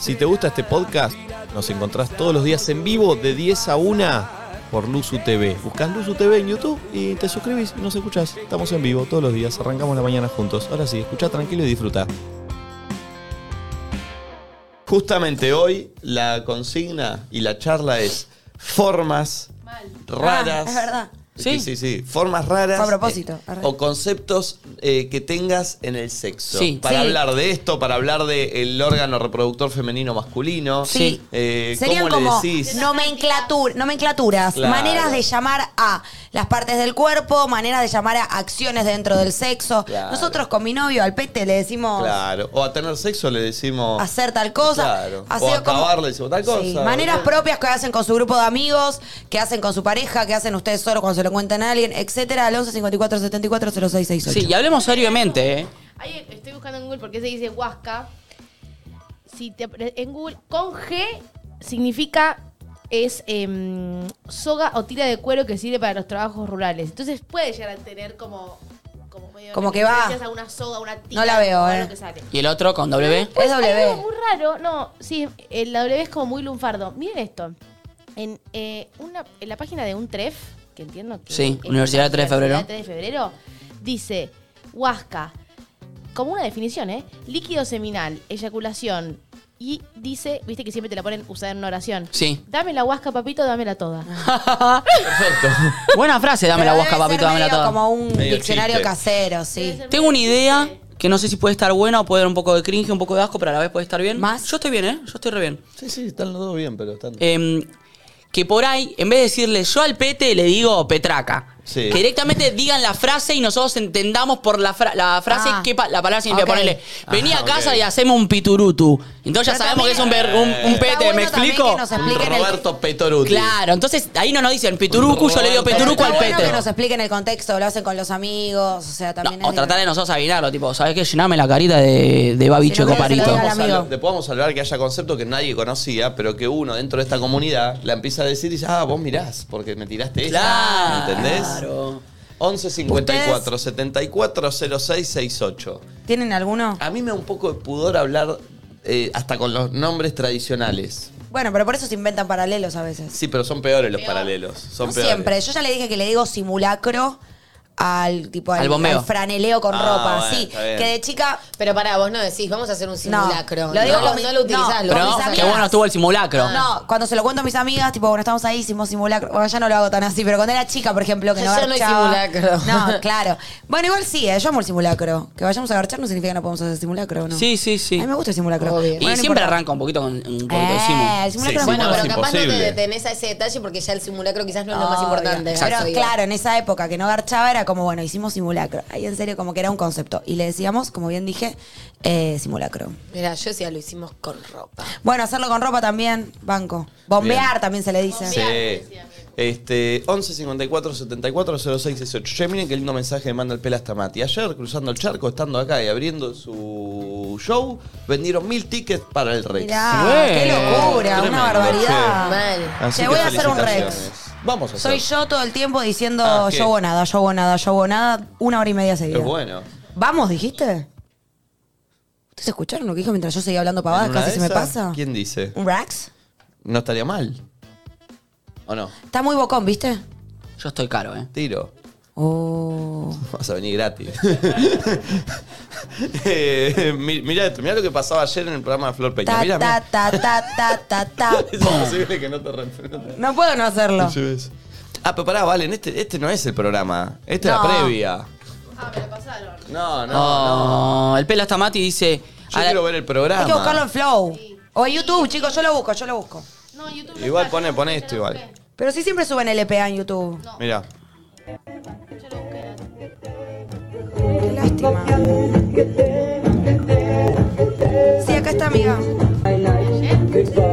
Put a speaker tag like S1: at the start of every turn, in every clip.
S1: Si te gusta este podcast, nos encontrás todos los días en vivo de 10 a 1 por Luzu TV. Buscás Luzu TV en YouTube y te suscribís y nos escuchás. Estamos en vivo todos los días, arrancamos la mañana juntos. Ahora sí, escucha tranquilo y disfruta. Justamente hoy la consigna y la charla es formas raras.
S2: Ah, es verdad.
S1: Sí, sí, sí. Formas raras.
S2: Fue a propósito.
S1: eh,
S2: Arre.
S1: o conceptos eh, que tengas en el sexo.
S3: Sí.
S1: Para
S2: Sí.
S1: hablar de esto, para hablar del órgano reproductor femenino masculino.
S2: Sí.
S1: Eh,
S2: Serían
S1: ¿Cómo
S2: como
S1: le decís?
S2: nomenclatura- nomenclaturas,
S1: Claro.
S2: maneras de llamar a las partes del cuerpo, maneras de llamar a acciones dentro del sexo.
S1: Claro.
S2: Nosotros con mi novio, al pete, le decimos
S1: Claro. O a tener sexo le decimos.
S2: hacer tal cosa.
S1: Claro.
S2: hacer
S1: o
S2: como-
S1: acabar le decimos tal cosa.
S2: Sí, Maneras propias que hacen con su grupo de amigos, que hacen con su pareja, que hacen ustedes solos cuando se lo encuentran a alguien, etcétera, al 11 54 74 0668.
S3: Sí, y hablemos seriamente, ¿eh?
S4: Ahí estoy buscando en Google porque se dice huasca. Si te, apre- en Google, con G significa es em, soga o tira de cuero que sirve para los trabajos rurales. Entonces puede llegar a tener como. Como, medio
S2: Como que va.
S4: referencias A una soga, una tira,
S2: No la veo,
S4: o
S2: eh.
S4: lo que sale.
S3: Y el otro con W.
S2: Es
S4: Algo
S2: W.
S4: muy raro, no, sí, eh, la W es como muy lunfardo. Miren esto. En, eh, una, en la página de un TREF, que entiendo que.
S3: Sí,
S4: es
S3: Universidad
S4: la
S3: 3 de Febrero.
S4: Universidad 3 de febrero, dice Huasca, como una definición, ¿eh? Líquido seminal, eyaculación. Y dice, viste que siempre te la ponen usada en una oración.
S3: Sí.
S4: Dame la huasca, papito, dámela toda.
S3: Buena frase, dame la
S2: Pero
S3: huasca,
S2: debe
S3: papito,
S2: ser
S3: dame la
S2: medio
S3: toda.
S2: Como un
S1: Medio
S2: diccionario
S1: chiste.
S2: casero,
S4: Debe
S2: sí.
S4: ser
S3: Tengo una
S4: medio-
S3: idea que no sé si puede estar buena o puede dar un poco de cringe, un poco de asco, pero a la vez puede estar bien.
S2: ¿Más?
S3: Yo estoy bien, ¿eh? Yo estoy re bien.
S1: Sí, sí, están los dos bien, pero están.
S3: Em, que por ahí, en vez de decirle yo al pete, le digo petraca.
S1: Sí.
S3: Que directamente digan la frase y nosotros entendamos por la, fra- la frase
S2: Ah.
S3: qué pa- la palabra significa.
S2: Ok.
S3: Ponerle, vení
S1: Ah,
S3: a casa
S1: ok.
S3: y hacemos un piturutu. Entonces ya
S2: Pero
S3: sabemos que es un, ver- un- un
S1: Eh.
S3: pete,
S2: Está bueno también
S3: ¿me explico?
S2: que nos
S1: Un
S2: expliquen el-
S1: Roberto Petoruti.
S3: Claro, entonces ahí no nos dicen piturucu, yo le digo
S1: Roberto
S3: peturucu
S2: Está
S3: al
S2: bueno
S3: pete.
S2: que nos expliquen el contexto, lo hacen con los amigos, o sea,
S3: No,
S2: también
S3: o
S2: es
S3: tratar de
S2: divertido.
S3: nosotros adivinarlo, tipo, ¿sabes qué? Llename la carita de, de babicho
S2: Si no,
S3: coparito.
S2: se lo diga
S1: Vamos
S2: al
S1: a-
S2: amigo.
S1: Le podemos salvar que haya conceptos que nadie conocía, pero que uno dentro de esta comunidad la empieza a decir y dice, ah, vos mirás, porque me tiraste eso.
S3: Claro.
S1: ¿Entendés? 11 54 74 06 68.
S2: ¿Tienen alguno?
S1: A mí me da un poco de pudor hablar eh, hasta con los nombres tradicionales.
S2: Bueno, pero por eso se inventan paralelos a veces.
S1: Sí, pero son peores los paralelos. Son
S2: No
S1: peores.
S2: siempre. Yo ya le dije que le digo simulacro al tipo
S3: Al bombeo.
S2: al franeleo con
S1: Ah,
S2: ropa,
S1: bueno,
S2: sí.
S1: está bien.
S2: Que de chica
S5: Pero pará, vos no decís, vamos a hacer un simulacro.
S2: Lo digo
S5: no,
S2: con mi-
S5: no lo utilizás,
S2: no,
S5: lo
S2: con
S3: Pero
S2: mis
S3: qué
S2: amigas.
S3: bueno estuvo el simulacro.
S2: No, cuando se lo cuento a mis amigas, tipo, bueno, estamos ahí, hicimos simulacro. Bueno, ya no lo hago tan así, pero cuando era chica, por ejemplo, que no
S5: Ya no hay
S2: garchaba.
S5: simulacro.
S2: No, claro. Bueno, igual sí, eh, yo amo el simulacro. Que vayamos a garchar no significa que no podemos hacer simulacro, ¿o ¿no?
S3: Sí, sí, sí.
S2: A mí me gusta el simulacro.
S5: Obvio.
S3: Y
S2: Bueno, no
S3: siempre
S2: importa.
S3: arranca un poquito con un poquito de
S2: Eh,
S3: simo.
S2: el simulacro
S1: Sí,
S2: es
S5: Bueno,
S1: No,
S2: bueno.
S5: pero
S1: es
S5: capaz no
S1: imposible.
S5: te detenés a ese detalle porque ya el simulacro quizás no es lo más
S2: Obvio.
S5: importante. Eso
S2: Ah, Pero
S5: digo.
S2: claro, en esa época que no garchaba era como, bueno, hicimos simulacro. Ahí en serio como que era un concepto. Y le decíamos, como bien dije, eh, simulacro.
S5: Mira, yo decía, lo hicimos con ropa.
S2: Bueno, hacerlo con ropa también, banco. Bombear
S1: Bien.
S2: también se le dice.
S1: Sí. Este, 11 54 74 06 68. Che, miren qué lindo mensaje me manda el Pelasta Mati. Ayer, cruzando el charco, estando acá y abriendo su show, vendieron mil tickets para el Rex.
S2: Mirá,
S3: Sí.
S2: qué locura,
S1: Tremendo,
S2: una barbaridad.
S1: che.
S5: Mal.
S1: Así
S2: Te
S1: que
S2: voy a hacer un
S1: felicitaciones.
S2: Rex.
S1: Vamos a
S2: Soy
S1: hacer.
S2: yo todo el tiempo diciendo
S1: Ah, ¿qué?
S2: yo hago nada, yo hago nada, yo hago nada, una hora y media seguida.
S1: Es bueno.
S2: Vamos, dijiste. ¿Ustedes escucharon lo que dijo mientras yo seguía hablando pavadas?
S1: ¿En una
S2: Ah, Casi
S1: de
S2: se me
S1: esas?
S2: pasa.
S1: ¿Quién dice?
S2: ¿Un Rax?
S1: No estaría mal. ¿O no?
S2: Está muy bocón, ¿viste?
S3: Yo estoy caro, eh.
S1: Tiro.
S2: Oh.
S1: Vas a venir gratis. Eh, mi- mirá esto, mirá lo que pasaba ayer en el programa de Flor Peña.
S2: Ta,
S1: Mirá,
S2: ta,
S1: mirá.
S2: ta, ta, ta, ta, ta.
S1: Es imposible que no te re- no te-
S2: No puedo no hacerlo.
S1: Ah, pero pará, Valen, este, este no es el programa. Este es
S2: No.
S1: la previa.
S4: Ah, me lo pasaron.
S1: No, no.
S3: No, Oh, el pelo hasta Mati dice.
S1: Yo
S3: a la-
S1: quiero ver el programa.
S2: Hay que buscarlo en Flow. O en YouTube, chicos, yo lo busco, yo lo busco.
S4: No, YouTube no
S1: Igual
S4: está,
S1: pone,
S4: yo
S1: pone
S4: lo
S1: esto
S4: busqué.
S1: igual.
S2: Pero sí siempre suben LPA en YouTube.
S1: Mirá.
S4: Yo lo busqué.
S2: Qué lástima. Sí, acá está, amiga.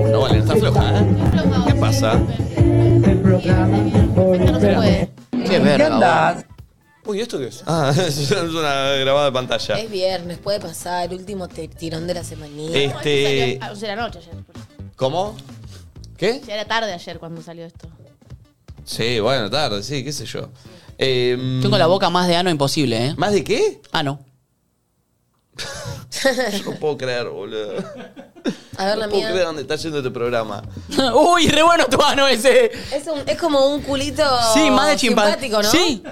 S1: No, Valen, está floja, ¿eh?
S4: Estoy floja
S1: ¿Qué
S4: hoy,
S1: pasa?
S4: Esto no se puede.
S3: Qué verga, vos.
S1: Uy, ¿esto qué es? Ah, es una grabada de pantalla.
S5: Es viernes, puede pasar, último te- tirón de la semanita.
S1: Este.
S4: Esto salió a- o sea, la noche ayer. por eso.
S1: ¿Cómo? ¿Qué?
S4: Ya era tarde ayer cuando salió esto.
S1: Sí, bueno, tarde, sí, qué sé yo. Eh,
S3: Tengo la boca más de ano imposible, eh.
S1: ¿Más de qué?
S3: Ah, no.
S1: Yo no puedo creer, boludo.
S5: A ver la
S1: No puedo creer a
S5: mía.
S1: dónde está yendo este programa.
S3: Uy, re bueno tu mano ese.
S5: Es, un- es como un culito
S3: Sí, más de chimpancé.
S5: simpático, ¿no?
S3: Sí.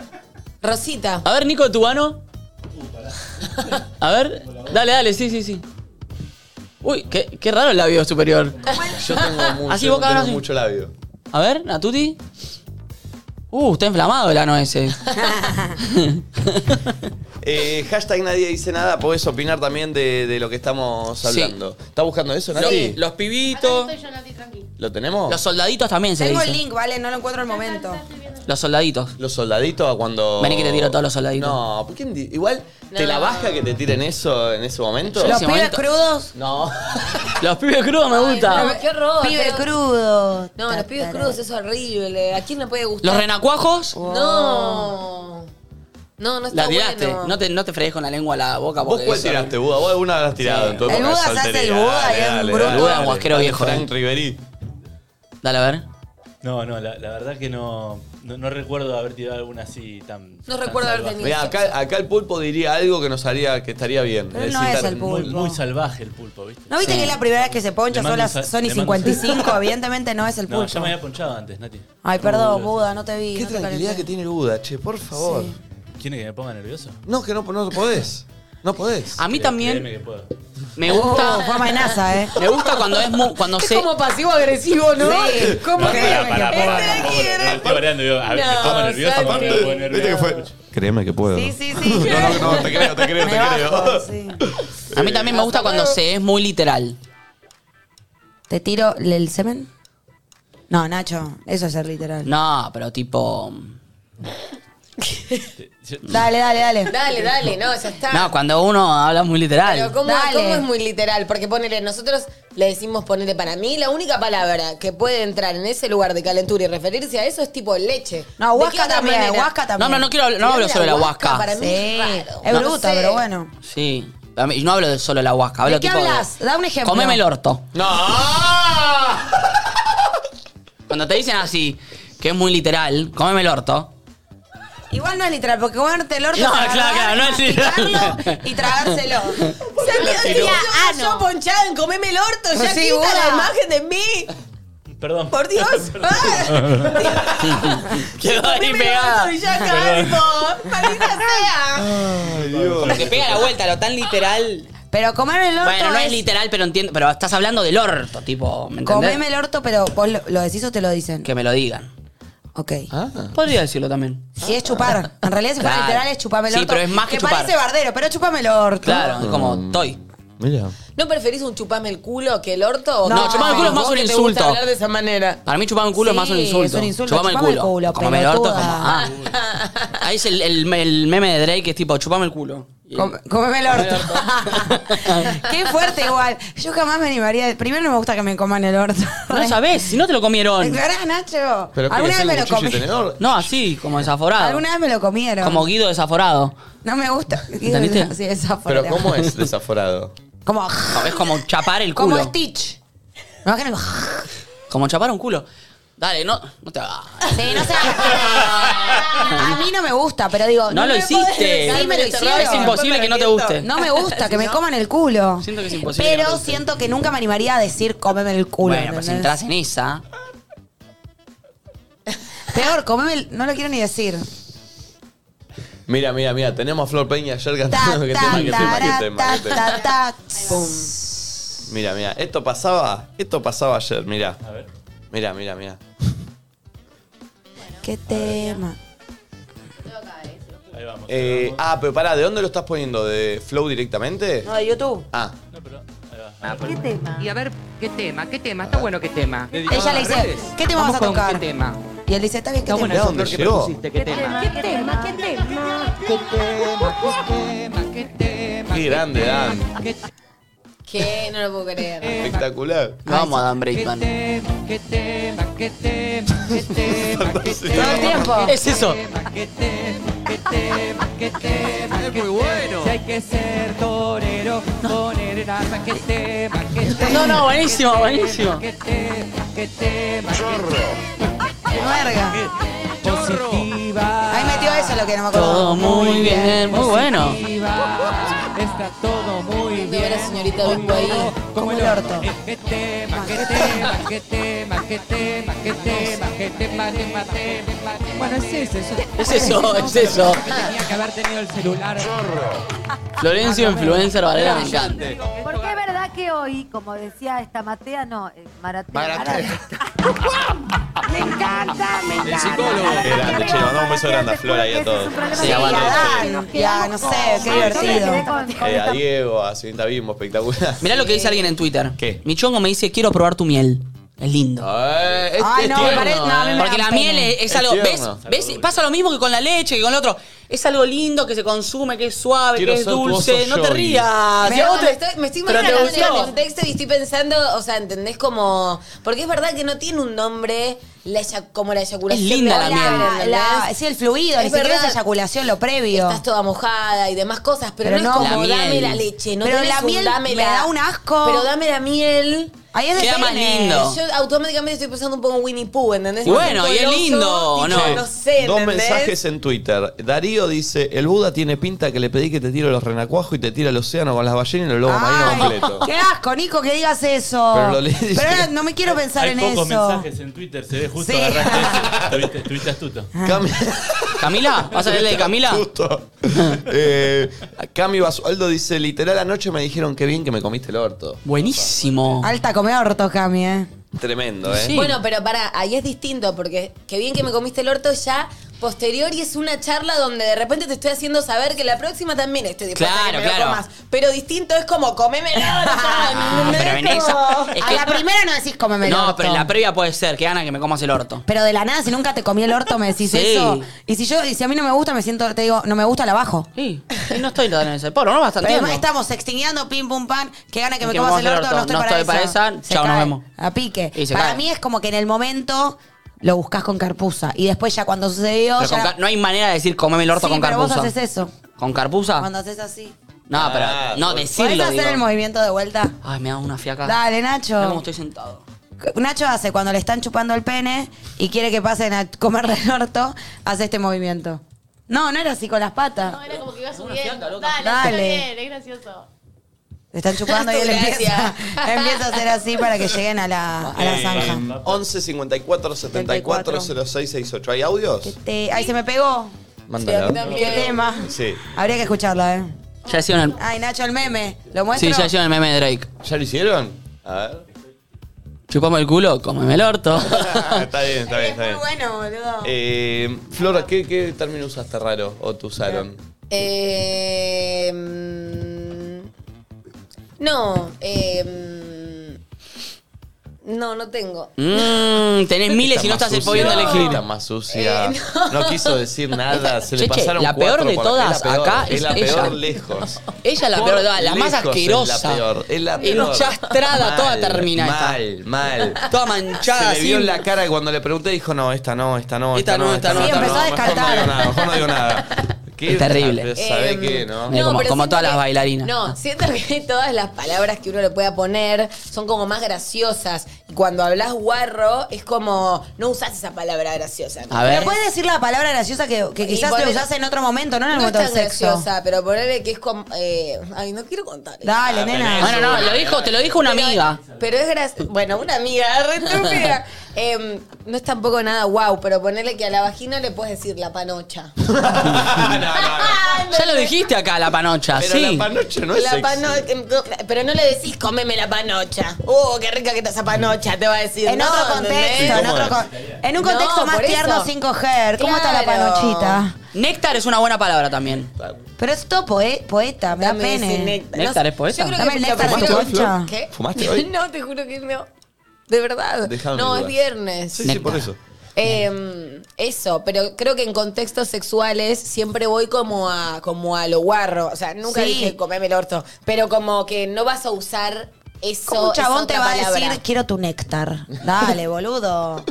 S5: Rosita.
S3: A ver, Nico, tu mano. A ver, dale, dale, sí, sí, sí. Uy, qué, qué raro el labio superior.
S1: Yo tengo mucho,
S3: Así
S1: no
S3: boca
S1: tengo
S3: abajo.
S1: mucho labio.
S3: A ver, Natuti. Uh, está inflamado el ano ese.
S1: Eh, hashtag nadie dice nada, podés opinar también de, de lo que estamos
S3: Sí.
S1: hablando. ¿Estás buscando eso,
S3: Los,
S1: Nati?
S3: los
S4: Acá
S3: pibitos.
S4: estoy yo, Nati, tranqui.
S1: ¿Lo tenemos?
S3: Los soldaditos también se
S2: Tengo el
S3: dicen.
S2: link, ¿vale? No lo encuentro al momento.
S3: Los soldaditos.
S1: Los soldaditos a cuando.
S3: Vení que te tiro todos los soldaditos.
S1: No, ¿por qué di- igual te la baja que te tiren eso en ese momento.
S3: Yo
S2: Los
S3: Ese
S2: pibes
S3: momento-
S2: crudos.
S1: No.
S3: Los pibes crudos me
S5: No,
S3: gustan.
S5: qué horror.
S2: Pibes
S5: pero-
S2: crudos.
S5: No, los pibes crudos es horrible. ¿A quién le puede gustar?
S3: Los renacuajos.
S5: No. No, no Oh, está
S3: La tiraste.
S5: bueno.
S3: No te, no te fregues con la lengua a la boca.
S1: ¿Vos
S3: porque
S1: cuál
S3: eso-
S1: tiraste, Buda? Vos alguna habrás tirado
S3: Sí.
S1: en tu época
S2: El
S1: de
S2: Buda se hace
S1: soltería.
S2: el Buda
S1: Dale,
S2: y es un
S1: dale,
S2: bruto.
S1: dale,
S3: El Buda es
S1: dale.
S3: un guasquero
S1: Dale,
S3: viejo,
S1: Frank
S3: eh.
S1: Riverí.
S3: Dale, a ver.
S6: No, no, la, la verdad que no, no, no recuerdo haber tirado alguna así tan.
S5: No
S6: tan
S5: recuerdo haber
S3: eh.
S6: salvaje.
S5: tenido.
S1: Mirá, acá, acá el pulpo diría algo que nos haría que estaría bien.
S2: Pero
S1: Es
S2: no
S1: decir,
S2: es
S1: tar-
S2: el pulpo.
S6: Muy, muy salvaje el pulpo, ¿viste?
S2: ¿No viste que es la primera vez que se poncha?
S6: Le
S2: Son
S6: mando
S2: las
S6: un sal-
S2: son y
S6: le mando un sal-
S2: 55, evidentemente no es el
S6: No, ya
S2: pulpo.
S6: me había ponchado antes, Nati.
S2: Ay, perdón,
S6: No,
S2: Buda, no te vi.
S1: Qué
S2: no te
S1: tranquilidad
S2: calenté.
S1: que tiene el Buda, che, por favor.
S2: Sí.
S6: ¿Quiere que me ponga nervioso?
S1: No, que no, no podés. No podés.
S3: A mí también
S6: Créeme que puedo.
S3: me
S2: Oh,
S3: gusta.
S2: fue amenaza, ¿eh?
S3: Me gusta cuando es mu- cuando
S5: Es
S3: se.
S5: como pasivo-agresivo, ¿no?
S2: Sí.
S5: ¿Cómo
S6: No,
S5: que?
S6: pará, pará, pará,
S2: Este
S6: tampoco,
S2: quiere-
S6: no, estoy variando, yo, a ver, me pongo
S5: No,
S6: nervioso cuando
S5: Santi.
S6: me pongo nervioso.
S1: Créeme que puedo.
S2: Sí, sí, sí.
S1: No, no, no, te creo, te creo,
S2: Me
S1: te
S2: bajo,
S1: creo.
S2: sí.
S3: A mí también me gusta cuando se es muy literal.
S2: ¿Te tiro el semen? No, Nacho, eso es ser literal.
S3: No, pero tipo.
S2: Dale, dale, dale.
S5: Dale, dale, no, ya está.
S3: No, cuando uno habla muy
S5: Pero
S3: literal.
S5: ¿cómo,
S2: Dale.
S5: cómo es muy literal? Porque ponele, nosotros le decimos ponele para mí, la única palabra que puede entrar en ese lugar de calentura y referirse a eso es tipo leche.
S2: No,
S5: ¿De qué
S2: Huasca
S5: otra
S2: también,
S5: manera?
S2: Huasca
S3: No,
S2: también.
S3: no, no quiero hablar- no hablo solo de la
S5: Para
S3: huasca.
S5: mí
S2: Sí,
S5: es raro.
S2: es
S5: No
S2: bruta,
S5: sé.
S2: pero bueno.
S3: Sí. A mí- No hablo de solo la huasca. Hablo
S2: ¿De qué
S3: tipo
S2: hablas? Da un ejemplo. Ah.
S3: Comeme el orto.
S1: ¡No!
S3: Cuando te dicen así, que es muy literal, comeme el orto.
S2: Igual no es literal, porque comerte el orto
S3: No,
S2: es agarrar,
S3: claro, claro, no es literal.
S2: masticarlo Y tragárselo.
S5: Santi,
S1: Pero-
S5: yo- Yo ponchada en comeme el orto, ya
S2: Sí,
S5: quita
S2: Buda.
S5: la imagen de mí.
S6: Perdón.
S5: Por Dios. Ah,
S3: Quedó ahí
S5: comeme el orto
S3: pegada.
S5: y ya acá, tipo, maldita sea.
S1: Ay, Dios.
S3: Porque pega la vuelta, lo tan literal.
S2: Pero comer el orto
S3: Bueno, no es literal, pero entiendo. Pero estás hablando del orto, tipo, ¿me entendés?
S2: Comeme el orto, pero vos lo, lo decís o te lo dicen.
S3: Que me lo digan.
S2: Ok.
S1: Ah.
S3: Podría decirlo también. Ah.
S2: Si es chupar. En realidad, si fuera
S3: Claro.
S2: literal, es chupame el
S3: Sí,
S2: orto.
S3: pero es más que chupar.
S2: parece bardero, pero chupame el orto.
S3: Claro, es
S1: Mm.
S3: como estoy.
S1: Mira.
S5: ¿No preferís un chupame el culo que el orto? ¿O
S2: No,
S5: qué
S2: chupame el
S3: culo es más
S5: ¿Vos
S3: un
S5: que te
S3: insulto.
S5: gusta hablar de esa manera.
S3: Para mí chupame el culo es más un
S2: Sí,
S3: insulto.
S2: es un insulto.
S3: Chupame el
S2: Chupame el
S3: culo.
S2: culo,
S3: Comeme el orto es como.
S2: pelotuda.
S3: Ah. Ahí es el, el- el meme de Drake que es tipo, chupame el culo. Y-
S2: Com- Comeme el orto. Qué fuerte igual. Yo jamás me animaría. Primero no me gusta que me coman el orto.
S3: No sabes, si no te lo comieron.
S2: ¿Declarás, Nacho?
S1: ¿Pero qué?
S2: ¿Alguna
S1: ¿Es
S2: vez
S1: el
S2: me lo
S1: cuchillo y
S2: comí?
S1: tenedor?
S3: No, así, como desaforado.
S2: Alguna vez me lo comieron.
S3: Como Guido desaforado.
S2: No me gusta.
S3: ¿Entendiste?
S2: Sí, esa
S1: Pero
S2: forma.
S1: ¿cómo es desaforado?
S2: Como,
S3: No, es como chapar el culo.
S2: como Stitch. Me imagino como...
S3: Como chapar un culo. Dale, no, no te hagas.
S2: Sí, no sé. A mí no me gusta, pero digo...
S3: No lo
S2: me
S3: hiciste.
S2: podés decir, Sí, me lo
S5: Es
S2: hicieron.
S3: Es imposible que no te guste.
S2: No me gusta, que me coman el culo.
S3: Siento que es imposible que no te
S2: Pero
S3: guste.
S2: siento que nunca me animaría a decir cómeme el culo.
S3: bueno, pues si
S2: ¿entendés?
S3: entras en esa.
S2: Peor, comeme el... No lo quiero ni decir.
S1: Mira, mira, mira, tenemos a Flor Peña ayer
S2: Ta,
S1: cantando. ¿Qué tema,
S2: ta,
S1: qué tema,
S2: ta,
S1: qué tema, qué
S2: ta,
S1: tema?
S2: ta, ta.
S1: Mira, mira, esto pasaba, esto pasaba ayer, mira. Mira, mira, mira.
S2: Qué tema.
S6: Ahí vamos.
S1: Eh, ah, pero pará, ¿de dónde lo estás poniendo? ¿De Flow directamente?
S2: No, de YouTube.
S1: Ah,
S3: Ah,
S7: Y a ver, ¿qué tema? ¿Qué tema? Está bueno, ¿qué tema?
S2: Ella le dice, ¿qué tema vas a
S7: Vamos con
S2: tocar?
S7: ¿Qué tema?
S2: Y él dice, está bien, ¿qué
S7: Está bueno
S2: tema?
S1: ¿De
S7: eso,
S1: dónde
S7: Flor, que
S1: llegó?
S7: propusiste. ¿Qué tema? ¿Qué tema? ¿Qué tema? ¿Qué tema? ¿Qué tema? ¿Qué tema?
S1: qué grande, Dan.
S7: ¿Qué
S5: Que no lo puedo creer.
S1: Espectacular.
S3: Vamos a Dan
S7: tema?
S3: Braidman.
S7: ¿Qué tema? ¿Qué tema? ¿Qué tema? ¿Qué tema?
S2: Todo el tiempo.
S3: Es eso.
S7: ¿Qué tema? ¿Qué tema? ¿Qué tema? Es muy bueno. Si hay que ser torero, poner el alma. ¿Qué tema? ¿Qué tema?
S3: No, no, buenísimo, buenísimo.
S7: ¿Qué tema? ¿Qué tema?
S2: Muerga.
S7: Positiva.
S2: Ahí metió eso lo que no me acuerdo.
S3: Todo muy bien, muy bueno.
S7: Positiva. está todo muy
S5: Tengo
S7: bien.
S5: la señorita Bispo ahí.
S2: Como el orto.
S7: Maquete, maquete, maquete, maquete, maquete, maquete, mate, mate, mate. Bueno, es ese, eso.
S3: Es eso, es eso.
S7: Tenía que haber tenido el celular.
S3: Florencio, influencer, Valera, me encanta.
S8: Porque es verdad que hoy, como decía esta Matea, no, eh, Maratea.
S9: Maratea.
S8: Maratea. me encanta, me encanta.
S9: El psicólogo.
S8: La verdad
S1: Grande,
S8: que
S1: che, le mandamos un beso
S8: Maratea,
S1: grande a
S8: te
S1: Flora y a
S8: juro que
S1: todos.
S8: ese es un problema
S3: Sí,
S8: que
S3: a
S8: me
S3: Valen,
S8: queda.
S2: sí.
S8: Nos quedamos
S2: Ya, no sé,
S8: con-
S2: qué
S8: Yo me quedé
S2: divertido.
S8: con- con
S1: Eh, a
S8: esta-
S1: Diego, a Cinta Bimbo, espectacular.
S3: Mirá lo que dice alguien en Twitter.
S1: ¿Qué?
S3: Mi chongo me dice, quiero probar tu miel. Es lindo.
S9: Ay, este
S2: Ay,
S9: es
S2: no, me
S9: tierno,
S2: parece- no, a mí me
S9: eh.
S3: Porque
S2: da
S3: la
S2: pena.
S3: miel es, es
S9: Es
S3: algo. ¿Ves?
S9: tierno.
S3: ¿Ves? Pasa lo mismo que con la leche, que con lo otro. Es algo lindo que se consume, que es suave,
S1: Quiero
S3: que es
S1: ser tu
S3: dulce.
S1: oso
S3: No te
S1: Yogi.
S3: rías. Si a
S5: Mirá,
S3: vos
S5: me,
S3: Ah, te-
S5: estoy, me estoy
S3: pero te
S5: imaginando en el
S3: gustó.
S5: contexto y estoy pensando, o sea, ¿entendés como...? Porque es verdad que no tiene un nombre la eya- como la eyaculación.
S3: Es linda
S5: de
S3: la
S5: Alan,
S3: miel.
S2: La,
S5: ¿entendés?
S2: la- sí, el fluido,
S5: Es
S2: ni siquiera
S5: verdad.
S2: es eyaculación, lo previo.
S5: Estás toda mojada y demás cosas, pero,
S2: Pero
S5: no,
S2: no.
S5: es como
S3: La
S5: dame
S3: miel.
S5: la leche. No
S2: Pero
S5: tenés
S2: la
S5: un
S2: miel
S5: dame
S2: me
S5: la-
S2: da un asco.
S5: Pero dame la miel.
S2: Ahí es de
S3: Queda más
S2: pene.
S3: lindo.
S5: Yo automáticamente estoy pensando un poco en Winnie Pooh, ¿entendés?
S3: Y bueno, y es lindo, ¿o no?
S5: no? No sé,
S1: Dos
S5: ¿entendés?
S1: mensajes en Twitter. Darío dice: El Buda tiene pinta que le pedí que te tire los renacuajos y te tira al océano con las ballenas y los lobos marinos
S3: Ah.
S2: Ay,
S1: completo.
S2: Qué asco, Nico, que digas eso.
S1: Pero lo leí.
S2: Pero ahora no me quiero pensar
S6: Hay
S2: en
S6: pocos
S2: eso.
S6: mensajes en Twitter, se ve justo
S2: Sí. Ah.
S6: agarraste ese. Estuviste- Estuviste astuto.
S1: Cami,
S3: ¿Camila? ¿Vas a leerle de Camila?
S1: Justo. Eh, Cami Basualdo dice: Literal, anoche me dijeron que bien que me comiste el orto.
S3: Buenísimo.
S2: Alta come orto, Cami, eh.
S1: Tremendo, ¿eh?
S3: Sí.
S5: Bueno, pero para, ahí es distinto, porque qué bien que me comiste el orto ya posterior y es una charla donde de repente te estoy haciendo saber que la próxima también estoy dispuesta a
S3: Claro,
S5: que me lo
S3: claro.
S5: comas. Pero distinto es como comeme el orto.
S3: Ah, pero en esa- es
S2: A
S3: que-
S2: la primera no decís cómeme el orto.
S3: No, pero en la previa puede ser. Que gana que me comas el orto.
S2: Pero de la nada, si nunca te comí el orto, me decís
S3: Sí.
S2: eso. Y si yo, y si a mí no me gusta, me siento, te digo, no me gusta, la bajo.
S3: Sí. Y no estoy tan en ese. Pablo, no vas
S2: Pero además
S3: tanteando.
S2: estamos extinguiendo, pim, pum, pan, que gana que me comas el orto, no estoy para
S3: esa,
S2: Se
S3: chao, nos
S2: cae.
S3: vemos.
S2: A pique.
S3: Y se
S2: Para
S3: cae.
S2: mí es como que en el momento lo buscas con carpusa. Y después ya cuando sucedió,
S3: Pero
S2: ya
S3: con
S2: la-
S3: car- no hay manera de decir comeme el orto
S2: Sí,
S3: con
S2: pero
S3: carpusa.
S2: vos haces eso.
S3: ¿Con carpusa?
S2: Cuando haces así.
S3: No, pero.
S1: Ah,
S3: No,
S1: ¿podés
S3: decirlo.
S2: ¿Puedes hacer
S3: digo.
S2: el movimiento de vuelta?
S3: Ay, me da una fiaca.
S2: Dale,
S3: Mirá cómo
S2: Nacho.
S3: estoy sentado.
S2: Nacho hace cuando le están chupando el pene y quiere que pasen a comerle el orto, hace este movimiento. No, no era así con las
S3: Ah.
S2: patas.
S4: No, era como que iba
S3: Una
S4: subiendo.
S3: fiaca, loca.
S4: Dale,
S2: Dale.
S4: Dale. bien, es gracioso.
S2: Le están chupando y él empieza,
S5: Gracias.
S2: empieza a hacer así para que lleguen a la, a la
S1: Eh,
S2: zanja.
S1: 11 54 74 06 68. ¿Hay audios?
S2: Este, ay, se me pegó.
S1: Mándala.
S5: también.
S2: Qué tema.
S1: Sí.
S2: Habría que escucharla, ¿eh?
S3: Ya hicieron el.
S2: Ay, Nacho, el meme. ¿Lo muestro?
S3: Sí, ya hicieron el meme de Drake.
S1: ¿Ya lo hicieron? A ver.
S3: Chupame el culo, comeme el orto.
S1: Ah, está bien, está bien,
S2: Es
S1: está
S2: muy
S1: bien.
S2: bueno, boludo.
S1: Eh, Flora, ¿qué, ¿qué término usaste raro o te usaron?
S5: Eh, mm, no, eh, mm, no, no tengo.
S3: Mmm, tenés miles y no estás pudiendo elegir.
S1: Está más sucia.
S5: Eh,
S1: no. quiso decir nada. Se le
S3: Che, che,
S1: pasaron
S3: la peor
S1: cuatro
S3: de
S1: por la-
S3: todas
S1: es la peor,
S3: acá
S1: es la
S3: es ella.
S1: peor lejos.
S3: Ella es la
S1: Por
S3: peor de todas, la más
S1: lejos Es
S3: asquerosa.
S1: la peor. Es la peor.
S3: Enchastrada, toda
S1: Mal,
S3: termina esta.
S1: Mal, mal.
S3: Toda manchada,
S1: Se le vio
S3: sin-
S1: en la cara que cuando le pregunté dijo, no, esta no, esta no, esta, no, esta no.
S2: Sí,
S1: esta
S2: empezó
S1: no,
S2: a
S1: mejor
S2: descartar.
S1: no digo nada, mejor no digo nada. Qué-
S3: terrible.
S1: ¿Sabe
S5: Em,
S1: qué, no?
S3: Eh, como-
S5: pero
S3: como
S5: siento
S3: todas las
S5: que-
S3: bailarinas.
S5: No, siento que todas las palabras que uno le pueda poner son como más graciosas. Y cuando hablas guarro, es como, no usás esa palabra graciosa.
S3: A
S2: Pero
S3: ver.
S2: puedes decir la palabra graciosa que, que
S5: Y
S2: quizás
S5: poner-
S2: lo usás en otro momento, no en el
S5: No es
S2: momento
S5: tan
S2: del sexo.
S5: graciosa, pero ponerle que es como. eh, ay, no quiero contar.
S2: Dale, nena.
S3: Ah, Bueno, no, lo dijo, te lo dijo una amiga.
S5: Pero es graciosa. Bueno, una amiga, re estúpida. Em, no es tampoco nada guau, pero ponerle que a la vagina le puedes decir la panocha.
S1: No, no, no.
S3: Ya lo dijiste acá, la panocha,
S1: Pero
S3: sí.
S1: la panoche no es
S5: La
S1: sexy.
S5: pano- pero no le decís comeme la panocha. Uh, qué rica que está esa panocha, te va a decir.
S2: En
S5: No,
S2: otro contexto,
S5: ¿entendés?
S2: en, otro
S1: es?
S2: con- en un
S5: No,
S2: contexto más
S5: por eso.
S2: tierno sin coger. ¿Cómo está la
S5: Claro.
S2: panochita?
S3: Néctar es una buena palabra también.
S2: Pero es todo poe- poeta, me da
S5: Dame ese
S2: pene.
S5: néctar.
S3: Néctar es
S5: sé,
S3: poeta.
S5: yo creo
S2: Dame
S5: que
S2: el
S5: la
S2: néctar de
S5: primera-
S1: ¿Fumaste hoy, Flor?
S5: ¿Qué?
S1: ¿Fumaste hoy?
S5: No, te juro que no. De verdad.
S1: Déjame
S5: no,
S1: dudar.
S5: es viernes.
S1: Sí, sí, por eso.
S5: Eh, eso, pero creo que en contextos sexuales siempre voy como a, como a lo guarro. O sea, nunca
S2: Sí.
S5: dije comeme el orto, pero como que no vas a usar eso.
S2: ¿Cómo un
S5: esa
S2: chabón
S5: otra
S2: te va a
S5: palabra.
S2: decir, quiero tu néctar? Dale, boludo.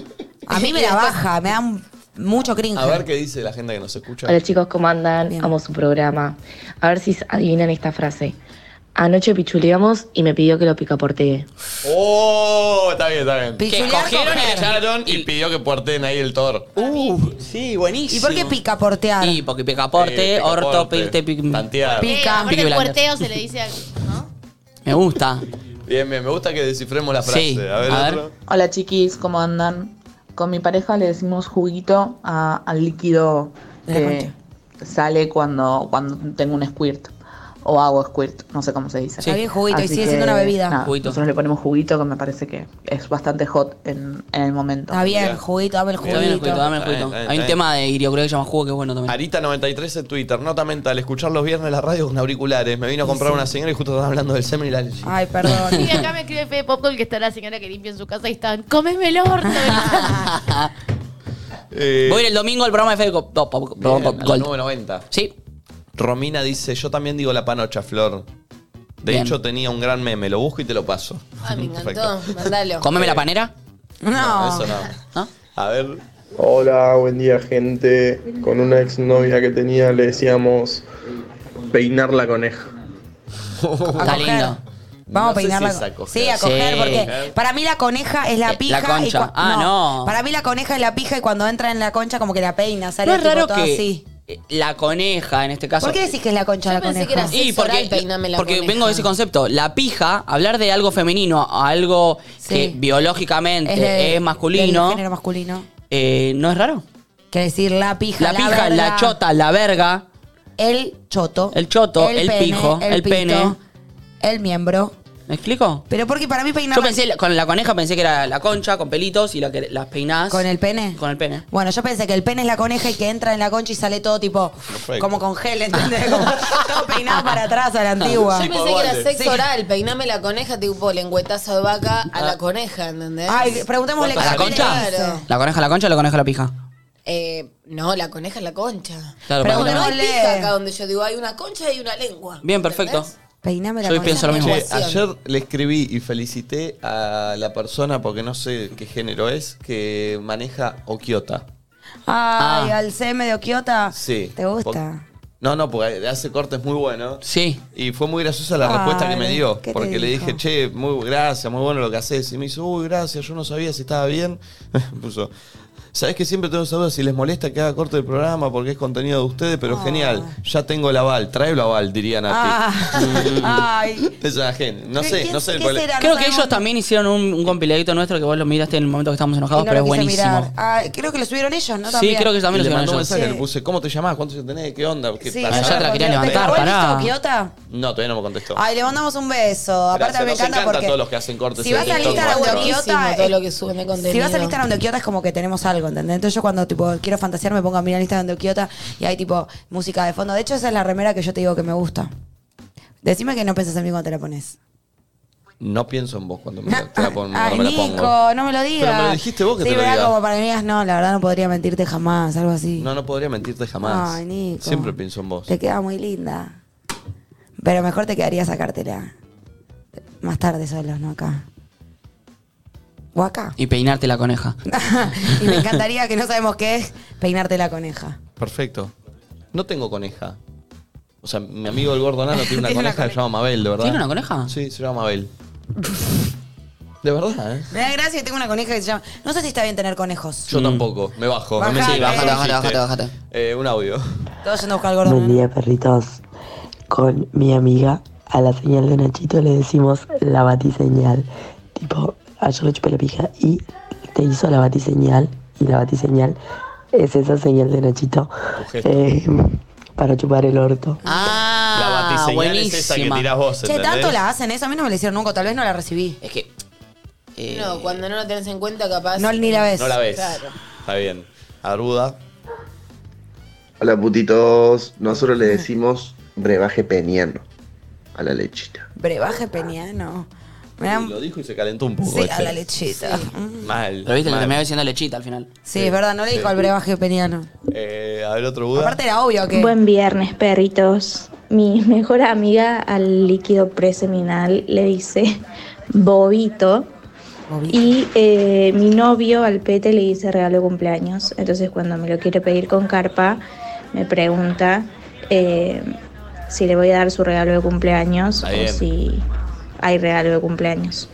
S2: A mí me la baja, me da un- mucho cringe.
S1: A ver qué dice la gente que nos escucha.
S10: Hola chicos, ¿cómo andan?
S2: Bien.
S10: Amo su programa. A ver si adivinan esta frase.
S9: Anoche pichuleamos y me pidió que lo picaportee.
S1: ¡Oh! Está bien, está bien.
S2: Pichulear,
S3: cogieron y
S2: coger.
S1: Echaron y pidió que puerten ahí el toro.
S3: Uh, sí, buenísimo.
S2: ¿Y por qué pica portear?
S3: Y porque
S1: Eh,
S3: picaporte,
S1: picaporte,
S3: orto, pinte,
S1: Tantear.
S2: Pica. Eh,
S4: Pica. Eh, Aparte el
S3: Pique
S4: puerteo se le dice al- ¿no?
S3: Me gusta.
S1: Bien, bien. Me gusta que descifremos la frase.
S3: Sí,
S1: A ver,
S3: a ver.
S1: otro.
S9: Hola chiquis, ¿cómo andan? Con mi pareja le decimos juguito a- al líquido eh, que sale cuando, cuando tengo un squirt. O hago squirt, no sé cómo se dice.
S2: Está bien juguito, y sigue siendo una bebida.
S3: Juguito.
S9: Nosotros le ponemos juguito, que me parece que es bastante hot en, en el momento.
S2: Está bien,
S1: Mirá.
S2: juguito, dame el
S3: Está bien el juguito,
S2: juguito.
S3: dame el
S1: Está bien,
S3: juguito.
S1: está bien,
S3: Hay un
S1: está
S3: tema de Irio, creo que se llama jugo, que es bueno también.
S1: Arita93 en Twitter. Nota mental. Escuchar los viernes la radio con auriculares. Me vino a comprar una señora y justo estaban hablando del semen y la
S3: Ah.
S1: leche.
S2: Ay,
S4: Y
S2: perdón.
S4: acá me escribe Fede Popcorn que está la señora que limpia en su casa y están, cómeme el orto.
S1: Eh,
S3: Voy a ir el domingo al programa de Fede Cop- Pop- Pop-
S1: bien,
S3: Pop-
S1: a la
S3: Gold.
S1: 990.
S3: Sí.
S1: Romina dice, yo también digo la panocha, Flor. De
S3: Bien.
S1: hecho, tenía un gran meme. Lo busco y te lo paso.
S5: Ay, me encantó.
S1: Perfecto.
S5: Mandalo. Eh,
S3: Cómeme la panera.
S1: No,
S2: No.
S1: eso no.
S3: ¿No?
S1: A ver.
S10: Hola, buen día gente. Con una exnovia que tenía le decíamos peinar la coneja.
S3: Está
S2: coger.
S3: lindo.
S2: Vamos a
S1: No sé
S2: peinar
S1: si
S2: la
S1: es a coger.
S2: Sí, a coger,
S3: Sí.
S2: porque para mí la coneja es
S3: Eh,
S2: la
S3: la
S2: pija. y
S3: concha.
S2: cua-
S3: Ah, no.
S2: Para mí la coneja es la pija y cuando entra en la concha como que la peina, sale
S3: No es
S2: tipo
S3: raro
S2: todo
S3: que
S2: así.
S3: eh, la coneja, en este caso.
S2: ¿Por qué decís que es la concha
S5: Yo
S2: la
S5: pensé
S2: coneja?
S5: que era así.
S3: Y
S5: Sexo
S3: porque,
S5: oral, peiname la
S3: porque
S5: coneja.
S3: vengo de ese concepto. La pija, hablar de algo femenino, a algo
S2: Sí.
S3: que biológicamente es,
S2: de- del
S3: masculino,
S2: género masculino.
S3: eh, ¿no es raro?
S2: Que decir la pija,
S3: La,
S2: la,
S3: pija, la
S2: verga,
S3: chota, la verga.
S2: El choto.
S3: El choto, el
S2: pene,
S3: pijo, el
S2: pito,
S3: pene.
S2: El miembro.
S3: ¿Me explico?
S2: Pero porque para mí peinar
S3: Yo pensé, la- con la coneja pensé que era la concha con pelitos y la que las peinás.
S2: con el pene.
S3: Con el pene.
S2: Bueno, yo pensé que el pene es la coneja y que entra en la concha y sale todo tipo
S1: Perfecto.
S2: como con gel, ¿entendés? Como todo peinado para atrás a la antigua.
S5: Yo pensé que era
S1: Balde.
S5: sexo
S2: Sí.
S5: oral, peiname la coneja, tipo lengüetazo de vaca a la coneja, ¿entendés?
S2: Ah. Ay, preguntémosle
S3: ¿A la
S2: qué
S3: concha?
S2: dice.
S5: Claro.
S3: ¿La coneja a la concha o la coneja a la pija?
S5: Eh, no, la coneja es la concha.
S3: Claro,
S2: Pero
S5: Porque no
S3: para-
S5: hay
S2: Pongámosle-
S5: pija acá donde yo digo, hay una concha y una lengua.
S3: Bien, perfecto.
S5: ¿entendés?
S2: Peiname la
S3: Yo
S2: concha.
S3: pienso lo mismo.
S1: Che,
S5: Ecuación.
S1: ayer le escribí y felicité a la persona, porque no sé qué género es, que maneja Okiota.
S2: Ay,
S3: Ah.
S2: al CM de Okiota.
S1: Sí.
S2: ¿Te gusta?
S1: Por- No, no, porque hace cortes muy buenos.
S3: Sí.
S1: Y fue muy graciosa la
S2: Ay,
S1: respuesta que me dio.
S2: ¿qué te
S1: Porque le
S2: dijo?
S1: dije, che, muy gracias, muy bueno lo que haces. Y me hizo, uy, gracias, yo no sabía si estaba bien. Me Puso, sabés que siempre tengo esa duda si les molesta que haga corte del programa porque es contenido de ustedes, pero genial, ya tengo el aval, trae el aval, diría
S2: Ah.
S1: Nati.
S2: Ay.
S1: Es una gen- No
S2: ¿Qué-
S1: sé,
S2: quién-
S1: no sé el
S2: qué
S1: problema.
S2: será?
S3: Creo
S2: No
S3: que ellos
S2: sabemos.
S3: también hicieron un, un compiladito nuestro que vos lo miraste en el momento que estábamos
S2: Y
S3: enojados,
S2: no lo
S3: pero es
S2: quise
S3: buenísimo.
S2: mirar. Ah, creo que lo subieron ellos, ¿no?
S3: Sí,
S2: También.
S3: creo que
S1: Y
S3: también
S1: le
S3: lo
S1: mandó un
S3: hicieron ellos.
S1: mensaje,
S2: Sí.
S1: le puse, ¿cómo te llamás? ¿Cuántos años tenés? ¿Qué onda? ¿Qué
S2: Sí,
S1: para
S3: Ah, ya
S1: saber
S3: te la quería
S1: cuántos años
S3: levantar,
S2: ¿Vos
S1: tenés?
S3: pará.
S2: listo, Okiota?
S1: No, todavía no me contestó.
S2: Ay, le mandamos un beso. Aparte
S1: Gracias,
S2: me
S1: nos
S2: encanta
S1: encanta
S2: porque
S1: todos los que hacen cortes
S2: Si vas
S1: en
S2: al
S1: TikTok
S2: Instagram de
S1: nuestro.
S2: Okiota,
S5: Buenísimo todo lo que suben de
S2: si vas
S5: contenido.
S2: al Instagram de Okiota es como que tenemos algo, ¿entendés? Entonces yo cuando tipo quiero fantasear me pongo a mirar el Instagram de Okiota y hay tipo música de fondo. De hecho, esa es la remera que yo te digo que me gusta. Decime que no pensás en mí cuando te la pones.
S1: No pienso en vos cuando me, la- te la pon- cuando
S2: Ay,
S1: me la pongo.
S2: Nico, no me lo digas.
S1: Pero me lo dijiste vos que
S2: Ah, sí,
S1: te lo
S2: ¿verdad?
S1: diga.
S2: como para que me digas, no, la verdad no podría mentirte jamás, algo así.
S1: No, no podría mentirte jamás.
S2: Ay, Nico.
S1: Siempre pienso en vos.
S2: Te queda muy linda. Pero mejor te quedaría sacártela. Más tarde solos, ¿no? Acá. O acá.
S3: Y peinarte la coneja.
S2: Ah. y me encantaría que no sabemos qué es peinarte la coneja.
S1: Perfecto. No tengo coneja. O sea, mi amigo el gordo Nano tiene una coneja que se llama Mabel, de verdad.
S3: ¿Tiene una coneja?
S1: Sí, se llama Mabel. De verdad, ¿eh?
S2: Me da gracia que tengo una coneja que se llama. No sé si está bien tener conejos.
S1: Yo tampoco. Me bajo. no me
S2: Bajate,
S1: sigas, no
S2: bajate,
S1: me
S3: bajate,
S1: hiciste.
S3: bajate, bajate.
S1: Eh, un audio.
S2: Todos yendo a buscar al gordo.
S9: Buen
S2: ¿no?
S9: día, perritos. Con mi amiga, a la señal de Nachito le decimos la batiseñal. Tipo, ayer le chupé la pija y te hizo la batiseñal. Y la batiseñal es esa señal de Nachito
S1: Tu gesto.
S9: eh, para chupar el orto.
S3: Ah,
S1: la batiseñal
S3: buenísima.
S1: es esa que tirás vos,
S2: Che,
S1: ¿entendés?
S2: tanto la hacen eso. A mí no me la hicieron nunca. Tal vez no la recibí.
S3: Es que. eh,
S5: No, cuando no lo tenés en cuenta, capaz.
S2: No ni la ves.
S1: No la ves.
S5: Claro.
S1: Está bien. Aruda.
S10: Hola putitos, nosotros le decimos brebaje peniano a la lechita.
S2: Brebaje peñano. Me dan.
S1: Y Lo dijo y se calentó un poco.
S2: Sí,
S1: este.
S2: a la lechita. Mm.
S1: Mal.
S3: Pero viste, le
S1: mal.
S3: terminaba diciendo lechita al final.
S2: Sí, es verdad, no le dijo al brebaje peñano.
S1: Eh, a ver, otro Buda.
S2: Aparte era obvio que.
S9: Buen viernes, perritos. Mi mejor amiga al líquido preseminal le dice bobito.
S2: Bobito.
S9: Y eh, mi novio al pete le dice regalo de cumpleaños. Entonces cuando me lo quiere pedir con carpa, me pregunta eh,
S11: si le voy a dar su regalo de cumpleaños
S3: Está
S11: o
S3: bien.
S11: si hay regalo de cumpleaños.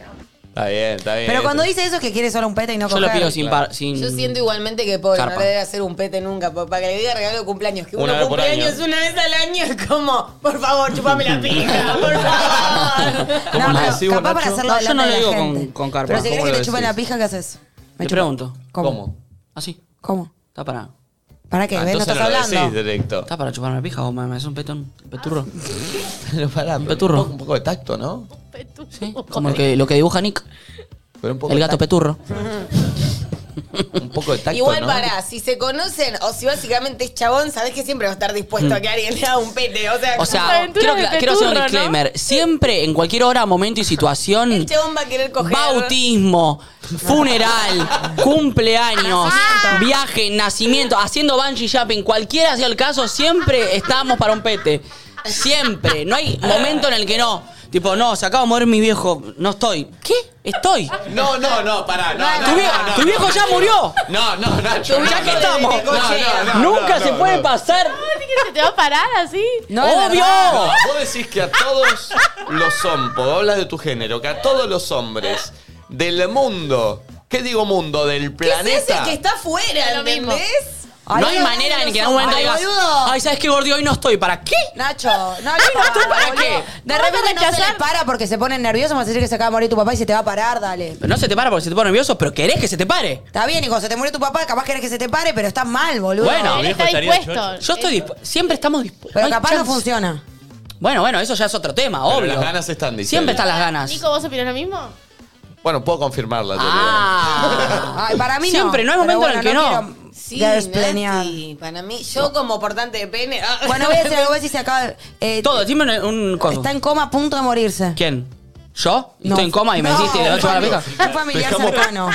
S3: Está bien, está bien.
S2: Pero cuando dice eso es que quiere solo un pete y no
S3: Eh, Yo lo
S2: coger.
S3: pido sin par- sin-
S5: Yo siento igualmente que pobre,
S3: Carpa.
S5: no le debe hacer un pete nunca, papá, que le diga regalo de cumpleaños, que
S3: Una
S5: uno
S3: vez por
S5: cumpleaños
S3: año.
S5: una vez al año es como, por favor, chupame la pija, por favor.
S3: ¿Cómo
S2: No,
S3: lo
S2: pero
S3: decís,
S2: capaz
S3: Nacho?
S2: para hacerlo
S3: No, yo no
S2: delante
S3: lo
S2: de
S3: digo
S2: la
S3: con,
S2: gente.
S3: con carpa.
S2: Pero si querés
S3: ¿Cómo
S2: que
S3: lo
S2: te chupen
S3: decís?
S2: la pija, ¿qué haces?
S3: Te pregunto.
S2: ¿Cómo?
S3: ¿Cómo? Así.
S2: ¿Cómo?
S3: Está para.
S2: ¿Para qué?
S3: Ah,
S2: ¿Ves? No
S3: entonces
S2: estás
S3: lo
S2: hablando.
S1: decís directo.
S3: ¿Está para chuparme la pija o me haces un petón? un ¿Peturro?
S1: Pero pará,
S3: Un peturro.
S1: Un poco de tacto, ¿no?
S3: Sí, como el que, lo que dibuja Nick.
S1: Pero un poco
S3: el
S1: de
S3: gato
S1: tacto.
S3: peturro.
S1: Un poco de tacto,
S5: Igual
S1: ¿no?
S5: para, si se conocen o si básicamente es chabón, sabés que siempre va a estar dispuesto a que alguien le haga un pete. O sea,
S3: Mm. O sea, quiero, que- quiero hacer un disclaimer. Siempre, en cualquier hora, momento y situación,
S5: el chabón va a querer coger.
S3: bautismo, funeral, cumpleaños, viaje, nacimiento, haciendo bungee jumping, cualquiera sea el caso, siempre estábamos para un pete. Siempre. No hay momento en el que no. Tipo, no, se acaba de morir mi viejo, no estoy. ¿Qué? Estoy.
S1: No, no, no, pará, no, no,
S3: tu, vie-
S1: no, no,
S3: tu viejo
S1: no.
S3: ya murió.
S1: No, no, Nacho.
S3: Ya
S1: no,
S3: que
S1: no,
S3: estamos.
S1: no, no, no,
S3: Nunca
S1: no,
S3: se
S1: no,
S3: puede
S1: no.
S3: pasar.
S4: ¿Se te va a parar así?
S2: No, es
S3: ¡Obvio!
S2: verdad.
S1: No, vos decís que a todos los hombres, hablas de tu género, que a todos los hombres del mundo, ¿qué digo mundo? Del
S5: ¿Qué es
S3: este
S5: ese
S1: planeta.
S5: que está afuera,
S4: lo mismo.
S5: ¿entendés?
S3: no hay manera en que en algún momento
S2: Ay,
S3: digas,
S2: boludo.
S3: ay, ¿sabes qué, gordio? Hoy no estoy. ¿Para qué?
S2: Nacho, no, no,
S3: no estoy para qué.
S2: De
S4: No vas a
S2: repente no se
S4: rechazar.
S2: les para porque se ponen nerviosos, vamos a decir que se acaba de morir tu papá y se te va a parar, dale.
S3: Pero no se te para porque se te pone nervioso, pero querés que se te pare.
S2: Está bien, hijo, se te murió tu papá, capaz querés que se te pare, pero estás mal, boludo.
S3: Bueno,
S4: Él
S6: viejo
S4: está
S6: estaría
S4: dispuesto.
S3: Yo estoy dispuesto. Siempre estamos dispuestos.
S2: Pero capaz no funciona.
S3: Bueno, bueno, eso ya es otro tema,
S1: Pero
S3: obvio.
S1: las ganas están, dice
S3: Siempre
S1: él.
S3: están las ganas.
S4: Nico, ¿vos opinás lo mismo?
S1: Bueno, puedo confirmar la teoría.
S3: Ah.
S2: Ay, para mí no.
S3: Siempre, no hay
S2: Pero
S3: momento en
S2: bueno,
S3: el que no.
S2: quiero
S5: Sí,
S2: gasplanear.
S5: Nati, para mí, yo como portante de pene. ah.
S2: Bueno, voy a decir algo, voy a decir si acaba. de- eh,
S3: Todo, dime un- un coso.
S2: Está en coma a punto de morirse.
S3: ¿Quién? ¿Yo?
S2: No.
S3: Estoy en coma y me
S2: No,
S3: dijiste de
S2: un
S3: 8 a la
S2: fami-
S3: pica.
S2: Un familiar
S1: Dejamos-
S2: cercano.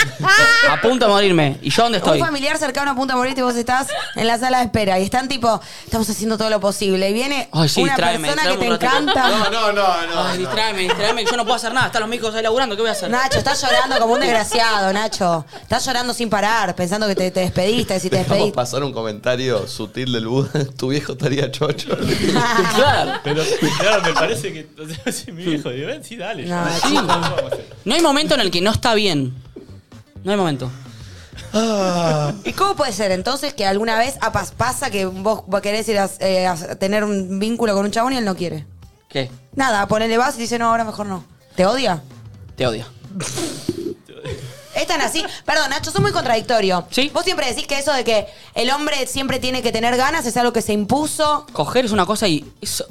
S3: A punto de morirme. ¿Y yo dónde estoy?
S2: Un familiar cercano a punto de morirte y vos estás en la sala de espera. Y están tipo, estamos haciendo todo lo posible. Y viene
S3: Ay, sí,
S2: una
S3: tráeme,
S2: persona que
S3: tráeme
S2: te
S3: un ratito.
S2: encanta.
S1: No, no, no, no. no.
S3: Ay, distráeme, distráeme. Yo no puedo hacer nada. Están los micos ahí laburando. ¿Qué voy a hacer?
S2: Nacho, estás llorando como un desgraciado, Nacho. Estás llorando sin parar, pensando que te, te despediste, si te
S1: Dejamos
S2: despediste.
S1: pasar un comentario sutil del Buda. Tu viejo estaría chocho.
S3: Claro.
S6: Pero claro, me parece que. o sea, si mi viejo digo, ven, sí, dale.
S2: No,
S6: ya.
S2: sí.
S6: Vamos a hacer.
S3: No hay momento en el que no está bien. No hay momento.
S1: Ah.
S2: ¿Y cómo puede ser entonces que alguna vez ah, pas- pasa que vos vos querés ir a, eh, a tener un vínculo con un chabón y él no quiere?
S3: ¿Qué?
S2: Nada, ponele vas y dice, no, ahora mejor no. ¿Te odia?
S3: Te odio.
S2: Es tan así. Perdón, Nacho, sos muy contradictorio.
S3: Sí.
S2: Vos siempre decís que eso de que el hombre siempre tiene que tener ganas es algo que se impuso.
S3: Coger es una cosa y. eso-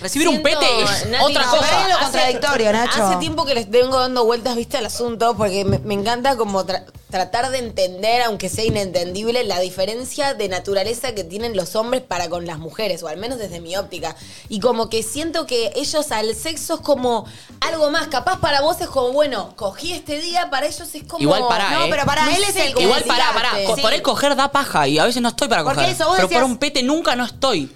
S3: Recibir un
S5: Siento,
S3: pete es
S5: Nati,
S3: otra
S5: no,
S3: cosa.
S2: pero- lo
S5: hace-
S2: contradictorio, Nacho.
S5: Hace tiempo que les vengo dando vueltas, viste, al asunto, porque me, me encanta como tra- tratar de entender, aunque sea inentendible, la diferencia de naturaleza que tienen los hombres para con las mujeres, o al menos desde mi óptica. Y como que siento que ellos al sexo es como algo más. Capaz para vos es como, bueno, cogí este día, para ellos es como.
S3: Igual pará,
S2: no,
S3: eh.
S2: pero para
S5: No
S2: él es
S5: sé,
S2: el que.
S3: Igual pará, pará.
S5: Desgaste.
S3: Co- Por ahí coger da paja y a veces no estoy para
S2: Porque
S3: coger.
S2: eso, vos
S3: pero
S2: decías-
S3: por un pete nunca no estoy.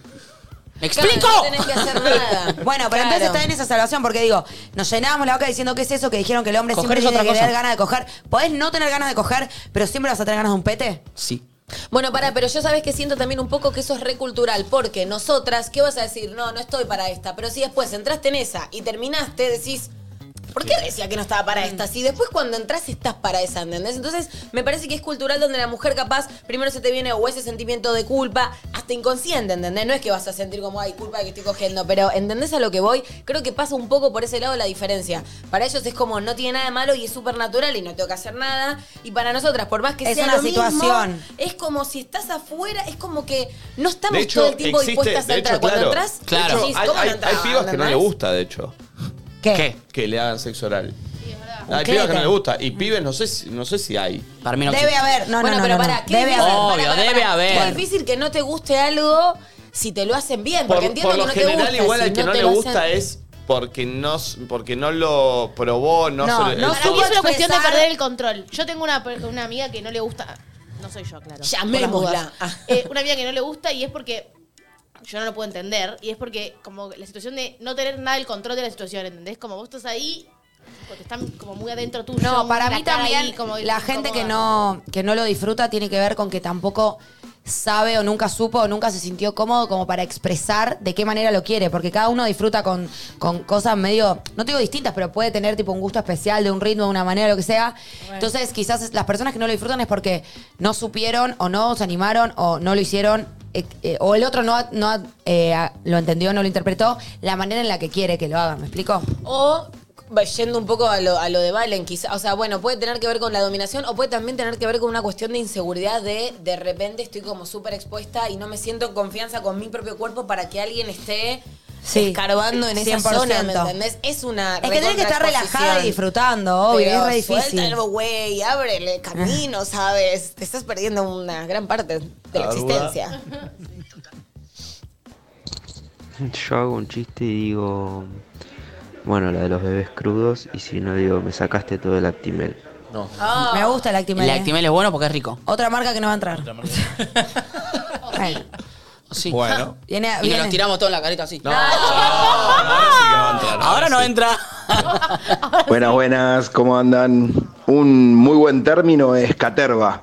S3: ¿Me
S5: Claro,
S3: explico?
S5: No tenés que hacer nada.
S2: Bueno,
S5: Claro.
S2: pero entonces está en esa salvación, porque digo, nos llenábamos la boca diciendo que es eso que dijeron que el hombre
S3: Coger es
S2: siempre tiene
S3: otra
S2: que tener
S3: cosa.
S2: ganas de coger. Podés no tener ganas de coger, pero siempre vas a tener ganas de un pete.
S3: Sí.
S5: Bueno, pará, pero yo sabes que siento también un poco que eso es recultural, porque nosotras, ¿qué vas a decir? No, no estoy para esta, pero si después entraste en esa y terminaste, decís, ¿por qué decía que no estaba para esta? Si después cuando entras estás para esa, ¿entendés? Entonces, me parece que es cultural donde la mujer capaz primero se te viene o ese sentimiento de culpa, hasta inconsciente, ¿entendés? No es que vas a sentir como, ay, culpa de que estoy cogiendo, pero ¿entendés a lo que voy? Creo que pasa un poco por ese lado la diferencia. Para ellos es como, no tiene nada de malo y es súper natural y no tengo que hacer nada. Y para nosotras, por más que
S2: Es
S5: sea
S2: una
S5: lo mismo,
S2: situación.
S5: es como si estás afuera, es como que no estamos
S1: De hecho,
S5: todo el tiempo
S1: existe-
S5: dispuestas a
S1: de
S5: entrar.
S1: hecho,
S5: Cuando
S1: claro.
S5: entras,
S3: Claro.
S5: decís,
S1: hay,
S5: ¿cómo
S1: hay-
S5: no
S1: hay
S5: entraba?
S1: pibas que no le
S5: ¿Entendés?
S1: gusta, de hecho,
S2: ¿Qué?
S3: ¿Qué?
S1: que le hagan sexo oral.
S4: Sí, es verdad.
S1: Hay
S2: ¿Qué?
S1: pibas que no le gusta. Y pibes, no sé si, no sé si hay.
S3: Para mí no
S2: Debe
S3: existe.
S2: haber. No,
S5: bueno,
S2: no, no.
S5: pero
S2: no,
S5: para,
S2: no.
S5: ¿qué
S2: Debe
S5: difícil?
S2: haber.
S5: Pará,
S3: Obvio,
S5: pará,
S3: debe
S5: pará.
S3: haber.
S5: Qué difícil que no te guste algo si te lo hacen bien, porque
S1: Por,
S5: entiendo
S1: por lo
S5: que no te
S1: general,
S5: gusta.
S1: igual
S5: si
S1: al que no,
S5: te
S1: le
S5: lo hacen-
S1: gusta es porque no, porque no lo probó, no,
S2: No,
S1: se lo-
S2: no
S4: Para mí
S2: supo
S4: es una cuestión de
S2: expresar-
S4: perder el control. Yo tengo una, una amiga que no le gusta. No soy yo, claro.
S5: Llamémosla.
S4: Por las dudas.
S5: Ah.
S4: Eh, una amiga que no le gusta y es porque. Yo no lo puedo entender. Y es porque, como la situación de no tener nada el control de la situación, ¿entendés? Como vos estás ahí, porque están como muy adentro tuyo.
S2: No, para
S4: la
S2: mí
S4: cara ahí,
S2: también
S4: como
S2: la gente que
S4: incómoda.
S2: no, que no lo disfruta tiene que ver con que tampoco sabe o nunca supo o nunca se sintió cómodo como para expresar de qué manera lo quiere, porque cada uno disfruta con, con cosas medio, no te digo distintas, pero puede tener tipo un gusto especial de un ritmo, de una manera, lo que sea. Entonces quizás las personas que no lo disfrutan es porque no supieron o no se animaron o no lo hicieron. eh, eh, o el otro no, no eh, lo entendió, no lo interpretó, la manera en la que quiere que lo hagan, ¿me explico?
S5: O va yendo un poco a lo, a lo de Valen, quizá, o sea, bueno, puede tener que ver con la dominación o puede también tener que ver con una cuestión de inseguridad de de repente estoy como súper expuesta y no me siento en confianza con mi propio cuerpo para que alguien esté
S2: Sí.
S5: escarbando en esa
S2: 100%.
S5: zona, ¿me entendés? Es una
S2: Es que tenés que estar relajada y
S5: disfrutar
S2: disfrutando, obvio,
S5: Pero
S2: es re difícil.
S5: Suéltalo, güey, ábrele camino, ¿sabes? Te estás perdiendo una gran parte de la
S12: Arruga.
S5: existencia.
S12: Yo hago un chiste y digo, bueno, la de los bebés crudos, y si no digo, me sacaste todo el actimel.
S3: No.
S2: Ah. Me gusta el Actimel.
S3: El Actimel es bueno porque es rico.
S2: Otra marca que no va a entrar. Bueno.
S3: Sí.
S1: Bueno.
S2: Viene-
S3: y nos
S2: viene.
S3: los tiramos todo en la carita así.
S1: Ahora
S3: no entra.
S13: Buenas, buenas, ¿cómo andan? Un muy buen término es caterva,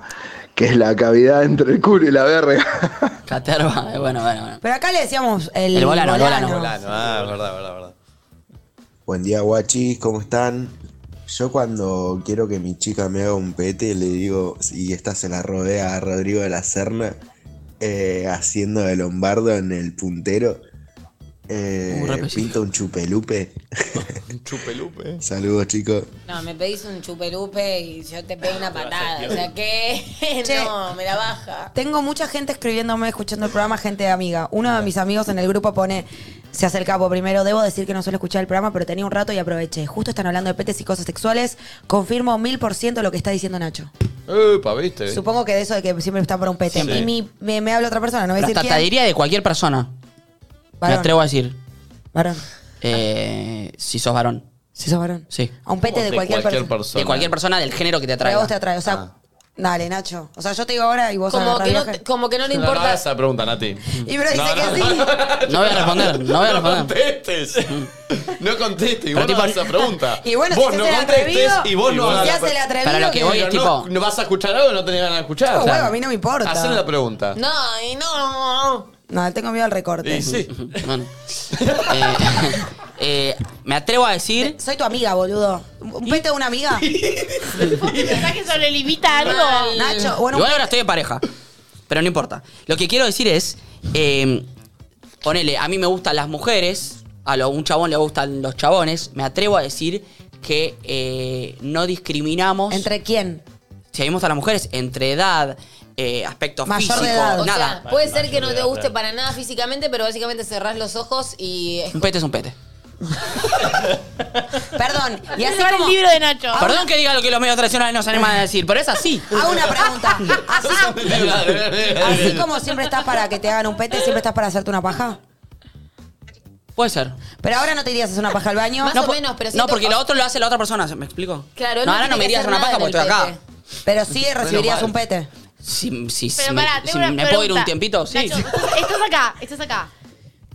S13: que es la cavidad entre el culo y la verga.
S3: Caterva, eh, bueno, bueno, bueno.
S2: Pero acá le decíamos el,
S3: El volano, el volano.
S1: Volano, ah, verdad, verdad, verdad.
S14: Buen día, guachis, ¿cómo están? Yo cuando quiero que mi chica me haga un pete, le digo, y esta se la rodea a Rodrigo de la Serna, eh, haciendo de Lombardo en el puntero, eh,
S1: Uh, re específico.
S14: pinta un chupelupe.
S1: Un chupelupe.
S14: Saludos, chicos.
S5: No, me pedís un chupelupe y yo te pego
S1: Ah,
S5: una patada. O sea, que no, me la baja.
S2: Tengo mucha gente escribiéndome, escuchando el programa, gente amiga. Uno de mis amigos en el grupo pone, se hace el capo primero, debo decir que no suelo escuchar el programa, pero tenía un rato y aproveché. Justo están hablando de petes y cosas sexuales. Confirmo mil por ciento lo que está diciendo Nacho.
S1: Epa, viste.
S2: Supongo que de eso de que siempre están para un pete.
S1: Siempre.
S2: Y mi- me, me habla otra persona, no voy a
S3: La
S2: decir quién.
S3: tratadería de cualquier persona. Me
S2: Varón.
S3: atrevo a decir.
S2: Varón.
S3: Eh, si sos varón.
S2: Si sos varón.
S3: Sí.
S2: A un pete de, cualquier, persona.
S3: De cualquier persona del género que te atraiga.
S2: Pero
S3: Ah.
S2: a vos te atrae, o sea, dale, Nacho. O sea, yo te digo ahora y vos
S5: Como
S2: agarrás
S5: que no
S2: viaje.
S5: te- Como que no le
S1: No, no
S5: importa.
S1: hagas esa pregunta, Nati.
S2: Y pero dice que sí.
S3: No voy a responder, no voy a responder. Mm.
S1: contestes. No contestes. Y vos no hagas esa pregunta.
S2: Y bueno, si
S1: vos
S2: se
S1: no
S2: hace el
S1: contestes
S2: atrevido,
S1: y vos no
S2: si
S1: hagas
S2: se
S1: la
S2: hace el
S1: pre-
S2: atrevido, Para lo que voy es
S1: Pero no- ¿No vas a eschupar algo o no tenés ganas de escuchar?
S2: No,
S1: O sea,
S2: huevo, Ah, a mí no me importa.
S1: Hacen la pregunta.
S5: No, y no.
S2: No, tengo miedo al recorte.
S1: Y sí.
S3: Bueno. Eh, eh, me atrevo a decir.
S2: Soy tu amiga, boludo. ¿Un pete de una amiga?
S4: ¿Pensás que eso le limita algo?
S2: Nacho, bueno,
S3: Igual Eh, ahora estoy de pareja. Pero no importa. Lo que quiero decir es. eh, ponele, a mí me gustan las mujeres. A lo- un chabón le gustan los chabones. Me atrevo a decir que eh, no discriminamos.
S2: ¿Entre quién?
S3: Si a mí me gustan las mujeres, entre edad, eh, aspecto
S2: Mayor
S3: físico,
S2: de edad.
S5: O sea,
S3: nada.
S5: puede ser que no te guste para nada físicamente, pero básicamente cerrás los ojos y. eh,
S3: Un pete es un pete.
S2: Perdón. Y así
S4: Llevar el
S2: como...
S4: libro de Nacho.
S3: Perdón que diga lo que los medios tradicionales nos animan a decir, pero es así.
S2: Ah, Hago una pregunta. Así, así como siempre estás para que te hagan un pete, siempre estás para hacerte una paja.
S3: Puede ser.
S2: Pero ahora no te irías a hacer una paja al baño.
S5: Más
S3: no,
S5: o
S3: por-
S5: menos, pero
S3: No,
S5: siento-
S3: porque lo otro lo hace la otra persona, ¿me explico?
S5: Claro, él
S3: no,
S5: no tiene
S3: ahora no me
S5: que
S3: irías a
S5: hacer
S3: una paja
S5: nada
S3: porque
S5: en el
S3: estoy acá.
S2: Pero sí recibirías un pete.
S3: Si, si-
S4: Pero
S3: si
S4: pará,
S3: me,
S4: tengo
S3: si
S4: una
S3: me puedo ir un
S4: pregunta.
S3: tiempito, sí.
S4: Nacho, estás acá, estás acá.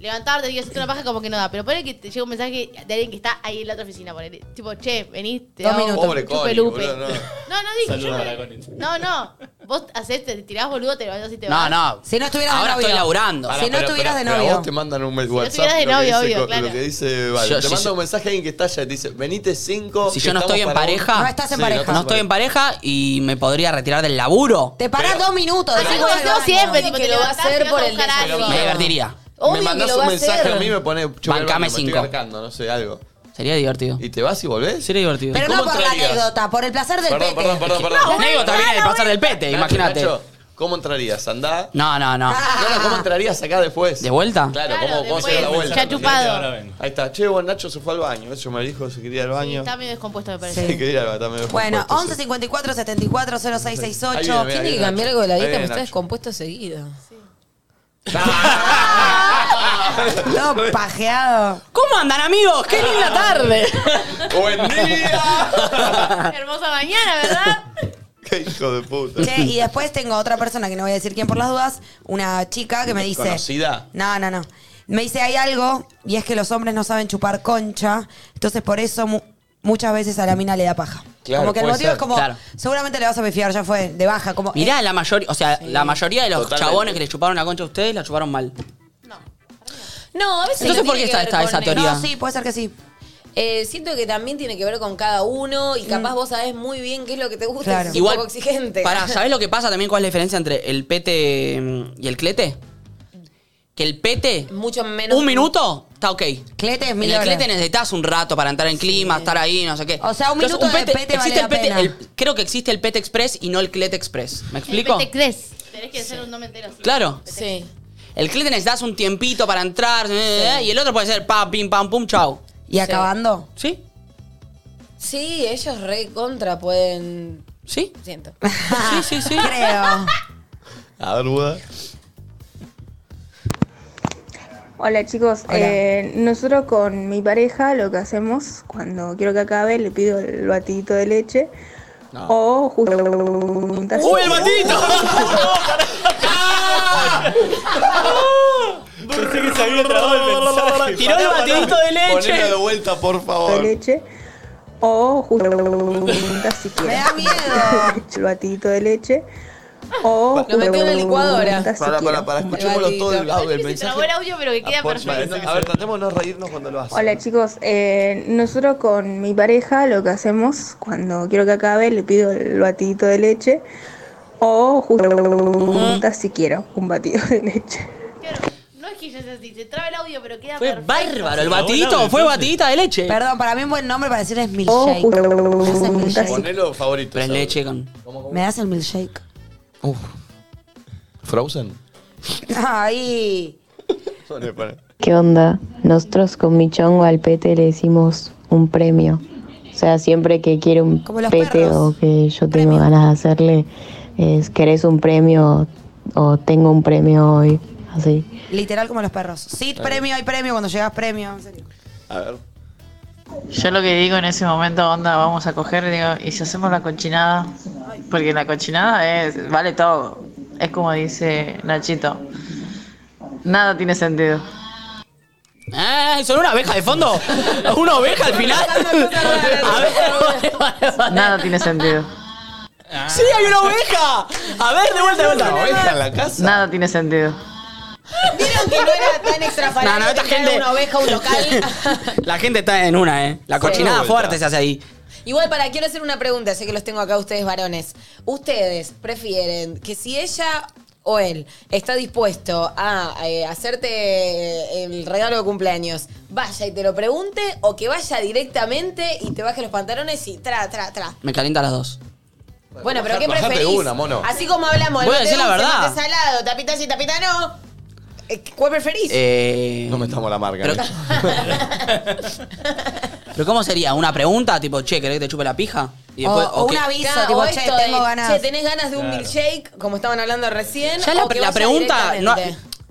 S4: Levantarte y hacerte una paja como que no da. Pero ponele que te llega un mensaje de alguien que está ahí en la otra oficina. Ponele, tipo, che, venís, te
S2: Dos
S4: hago un
S2: minutos.
S1: Pobre Connie,
S4: chupelupe.
S1: boludo, no.
S4: No, no dije.
S1: Saludos
S4: yo
S1: para
S4: no- No, no. Vos haces, te tirás boludo, te levantás y te
S3: No,
S4: vas.
S3: no.
S2: Si no estuvieras de
S3: Ahora
S2: novio.
S3: estoy laburando.
S1: Pará,
S2: Si no
S1: pero-
S2: estuvieras
S1: pero-
S2: de
S1: pero a
S2: novio.
S1: vos te mandan un me-
S4: no
S1: WhatsApp.
S4: estuvieras de
S1: lo que
S4: novio,
S1: dice
S4: obvio,
S1: co-
S4: claro.
S1: Lo que dice Vale.
S3: Yo-
S1: te
S3: si
S1: manda
S3: yo-
S1: un mensaje alguien que está allá y te dice, venite cinco.
S3: Si
S1: que
S3: yo no
S1: estamos
S3: estoy en
S1: para un-
S3: pareja.
S2: No estás en
S1: Sí,
S2: pareja.
S3: No estoy en pareja y me podría retirar del laburo.
S2: Te parás dos minutos.
S4: Así
S2: decís,
S4: como
S2: voy al
S4: hacemos
S2: baño.
S4: siempre,
S5: Obvio
S4: tipo,
S5: que
S4: te
S5: lo va a
S4: levantás,
S5: hacer
S4: te vas
S5: por
S4: a
S5: el
S4: buscar
S5: desafío.
S4: algo.
S3: Me divertiría.
S5: Obvio
S1: me
S5: que
S1: mandás
S5: lo
S1: un
S5: va a
S1: mensaje
S5: hacer.
S1: a mí, me pone chupa el
S3: Bancame
S1: baño, me estoy
S3: cinco.
S1: garcando, no sé, algo.
S3: Sería divertido.
S1: ¿Y te vas y volvés?
S3: Sería divertido.
S2: Pero
S1: ¿Cómo
S2: no por la
S1: entrarías?
S2: anécdota, por el placer del
S1: Perdón,
S2: pete.
S1: perdón, perdón, perdón.
S3: La anécdota viene del pasar del pete,
S1: Nacho,
S3: imagínate.
S1: Nacho, ¿Cómo entrarías? ¿Andá?
S3: No, no, no.
S2: Ah,
S1: No, no, ¿cómo entrarías acá después?
S3: ¿De vuelta?
S1: Claro,
S4: Claro,
S1: ¿cómo, cómo se da la
S4: después,
S1: vuelta?
S4: ya chupado.
S6: Ahora vengo.
S1: Ahí está. Che, bueno, Nacho se fue al baño. Eso me dijo, se quería ir al
S4: Sí,
S1: baño.
S4: Está medio descompuesto, me parece.
S1: Se quería ir al baño. está medio
S2: Bueno,
S1: descompuesto,
S2: 11 54 74 06 68.
S1: Ahí viene, mira,
S5: Tiene
S1: ahí
S5: que
S1: viene
S5: cambiar
S1: Nacho.
S5: algo de la
S1: Ahí
S5: dieta, me
S1: viene
S5: está
S1: Nacho.
S5: descompuesto seguido.
S2: Todo pajeado.
S3: ¿Cómo andan, amigos? ¡Qué linda tarde!
S1: ¡Buen día!
S4: Hermosa mañana, ¿verdad?
S1: ¡Qué hijo de puta!
S2: Che, y después tengo otra persona que no voy a decir quién por las dudas, una chica que me dice.
S1: ¿Conocida?
S2: No, no, no. Me dice, hay algo, y es que los hombres no saben chupar concha, entonces por eso mu- muchas veces a la mina le da paja. Claro, como que el
S3: puede
S2: motivo
S3: ser.
S2: es como,
S3: Claro.
S2: seguramente le vas a pifiar, ya fue, de baja. Como,
S3: Mirá,
S2: eh,
S3: la mayoría, o sea, la mayoría de los
S2: Totalmente.
S3: chabones que le chuparon la concha a ustedes la chuparon mal.
S5: No, a veces.
S3: Entonces,
S5: no
S3: ¿por qué
S5: tiene que
S3: está
S5: ver
S3: esta-
S5: con
S3: esa
S5: el-
S3: teoría? No,
S2: sí, puede ser que sí.
S5: Eh, siento que también tiene que ver con cada uno
S2: Mm.
S5: y capaz vos sabés muy bien qué es lo que te gusta. y sos un poco exigente.
S3: Pará, ¿sabés lo que pasa también? ¿Cuál es la diferencia entre el pete mm, y el clete? Que el pete,
S5: Mucho menos.
S3: un minuto, está ok.
S2: Clete es
S3: En
S2: mil
S3: el
S2: dólares.
S3: clete necesitas un rato para entrar en clima, estar ahí, no sé qué.
S2: O sea, un minuto de pete
S3: existe
S2: vale la
S3: el pete,
S2: pena.
S3: el- creo que existe el pete express y no el clete express. ¿Me
S4: El
S3: explico?
S4: Pentecrés. Tenés que ser un nombre entero. sí.
S3: Claro.
S5: Sí.
S3: El clete necesitas un tiempito para entrar eh, y el otro puede ser pa, pim, pam, pum, chau.
S2: ¿Y acabando?
S3: Sí.
S5: Sí, ellos re contra pueden.
S3: ¿Sí?
S5: Siento.
S3: Sí, sí, sí.
S2: Creo.
S1: A ver, Buda.
S11: Hola chicos,
S1: Hola.
S11: Eh, nosotros con mi pareja lo que hacemos cuando quiero que acabe le pido el batidito de leche o juntas.
S7: ¡Uy, el batidito!
S6: Pensé que se había trabado el mensaje.
S7: Tiró el batidito de leche.
S1: Ponelo de vuelta, por
S11: de
S1: favor.
S11: leche o juntas si quieres. El batidito de leche o
S1: Lo metió en la
S5: licuadora.
S11: juntas si
S1: Para, para,
S11: quieres.
S1: para, escuchémoslo todo el audio, el
S4: Se trabó el
S1: mensaje.
S4: audio, pero que queda
S1: Por-
S4: perfecto.
S1: A ver, tratemos de no reírnos cuando lo haces.
S11: Hola chicos, Eh, nosotros con mi pareja lo que hacemos cuando quiero que acabe le pido el batidito de leche o juntas si quiero un batido de leche.
S4: No es que yo sea así, se traba el audio, pero queda
S3: Fue
S4: perfecto.
S3: bárbaro, el batidito fue batidita de leche.
S2: Perdón, para mí un buen nombre para decir es
S11: O
S15: Oh,
S2: milkshake.
S11: juntas
S1: Ponelo favorito.
S3: Pero es leche con.
S15: oh.
S2: ¿Me das el milkshake?
S1: Frozen.
S2: Ay.
S15: ¿Qué onda? Nosotros con mi chongo al pete le decimos un premio. O sea, siempre que quiere un
S2: Como los
S15: pete o que yo tengo ganas de hacerle, es querés un premio o tengo un premio hoy. Así.
S2: Literal como los perros. Sí, premio, hay premio, cuando llegas premio. en serio.
S1: A ver.
S16: Yo lo que digo en ese momento, onda, vamos a coger, digo, y si hacemos la cochinada, porque la cochinada es, vale todo. Es como dice Nachito, nada tiene sentido.
S3: ¡Ay! Eh, ¿Son una abeja de fondo? ¿Una oveja al final?
S16: Nada tiene sentido.
S3: ¡Sí, hay una oveja! A ver, de vuelta, de vuelta.
S16: Una
S3: oveja en
S1: la casa?
S16: Nada tiene sentido.
S5: Vieron que no era tan extrafalario
S3: No, no, esta
S5: que tener
S3: gente-
S5: una oveja, un local.
S3: La gente está en una, ¿eh? La
S5: Sí.
S3: cochinada
S5: Vuelta.
S3: fuerte se hace ahí.
S5: Igual, para, quiero hacer una pregunta, sé que los tengo acá ustedes varones. ¿Ustedes prefieren que si ella o él está dispuesto a eh, hacerte el regalo de cumpleaños, vaya y te lo pregunte, o que vaya directamente y te baje los pantalones y tra, tra, tra?
S3: Me calienta las dos.
S5: Bueno, pero ¿qué
S3: Bajate
S5: preferís?
S3: una, mono.
S5: Así como hablamos, el
S3: Voy a
S5: mate
S3: decir la
S5: dulce,
S3: verdad.
S5: mate salado, tapita sí, tapita no. Eh, ¿Cuál preferís?
S1: No metamos la marca.
S3: Eh, Pero, ¿Pero cómo sería? ¿Una pregunta? Tipo, che, ¿querés que te chupe la pija? Y después,
S5: o, o
S3: qué?
S5: un aviso,
S2: Claro,
S5: tipo,
S2: o
S5: che,
S2: esto
S5: tengo
S2: de,
S5: ganas.
S2: che,
S5: tenés ganas de un
S3: Claro.
S5: milkshake, como estaban hablando recién.
S3: Ya la, la pregunta no,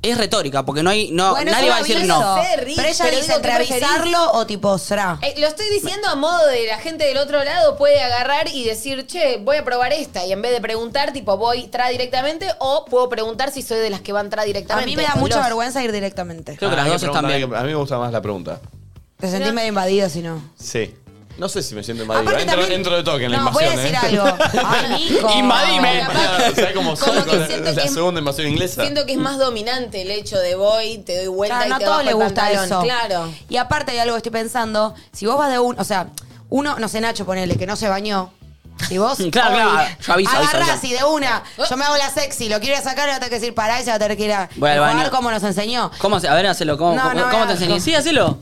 S3: es retórica, porque no hay, no,
S5: Bueno,
S3: nadie
S5: es
S3: va a
S5: un
S3: decir
S5: aviso.
S3: no.
S5: Sé, Riz,
S2: pero ella
S5: pero
S2: dice
S5: digo, ¿qué
S2: entre
S5: preferís?
S2: avisarlo o tipo, será.
S5: Eh, lo estoy diciendo a modo de la gente del otro lado puede agarrar y decir, che, voy a probar esta. Y en vez de preguntar, tipo, voy tra directamente o puedo preguntar si soy de las que van tra directamente.
S2: A mí me da mucha vergüenza ir directamente.
S1: Ah, hay que preguntar, hay que- A mí me gusta más la pregunta.
S2: Te sentís medio invadido si no.
S1: Sí. No sé si me siento invadido.
S2: Aparte
S1: Entro,
S2: también-
S1: entro de toque en la
S2: No, voy a
S1: invasión, ¿eh?
S2: decir algo. Ay, Nico.
S1: ¡Invadime! O sea, como soy
S5: Como que
S1: con la,
S5: siento
S1: la
S5: que es-
S1: segunda invasión inglesa.
S5: Siento que es más dominante el hecho de voy, te doy vuelta
S2: Claro,
S5: y
S2: no a
S5: te bajo
S2: todos
S5: el
S2: les gusta
S5: pantalón.
S2: eso.
S5: Claro.
S2: Y aparte de algo que estoy pensando, si vos vas de uno, o sea, uno, no sé, Nacho, ponele, que no se bañó. Si vos
S3: Claro,
S2: hoy
S3: claro, yo aviso, aviso,
S2: agarrás
S3: aviso.
S2: y de una,
S5: Oh.
S2: yo me hago la sexy, lo quiero ir a sacar, le voy a tener que decir pará y se va a tener que ir a
S3: Voy al
S2: jugar
S3: baño.
S2: como nos enseñó.
S3: ¿Cómo se- A ver, hacelo. ¿Cómo,
S2: No,
S3: cómo-
S2: no me
S3: cómo
S2: da
S3: te enseñé?
S2: asco.
S3: Sí, hacelo.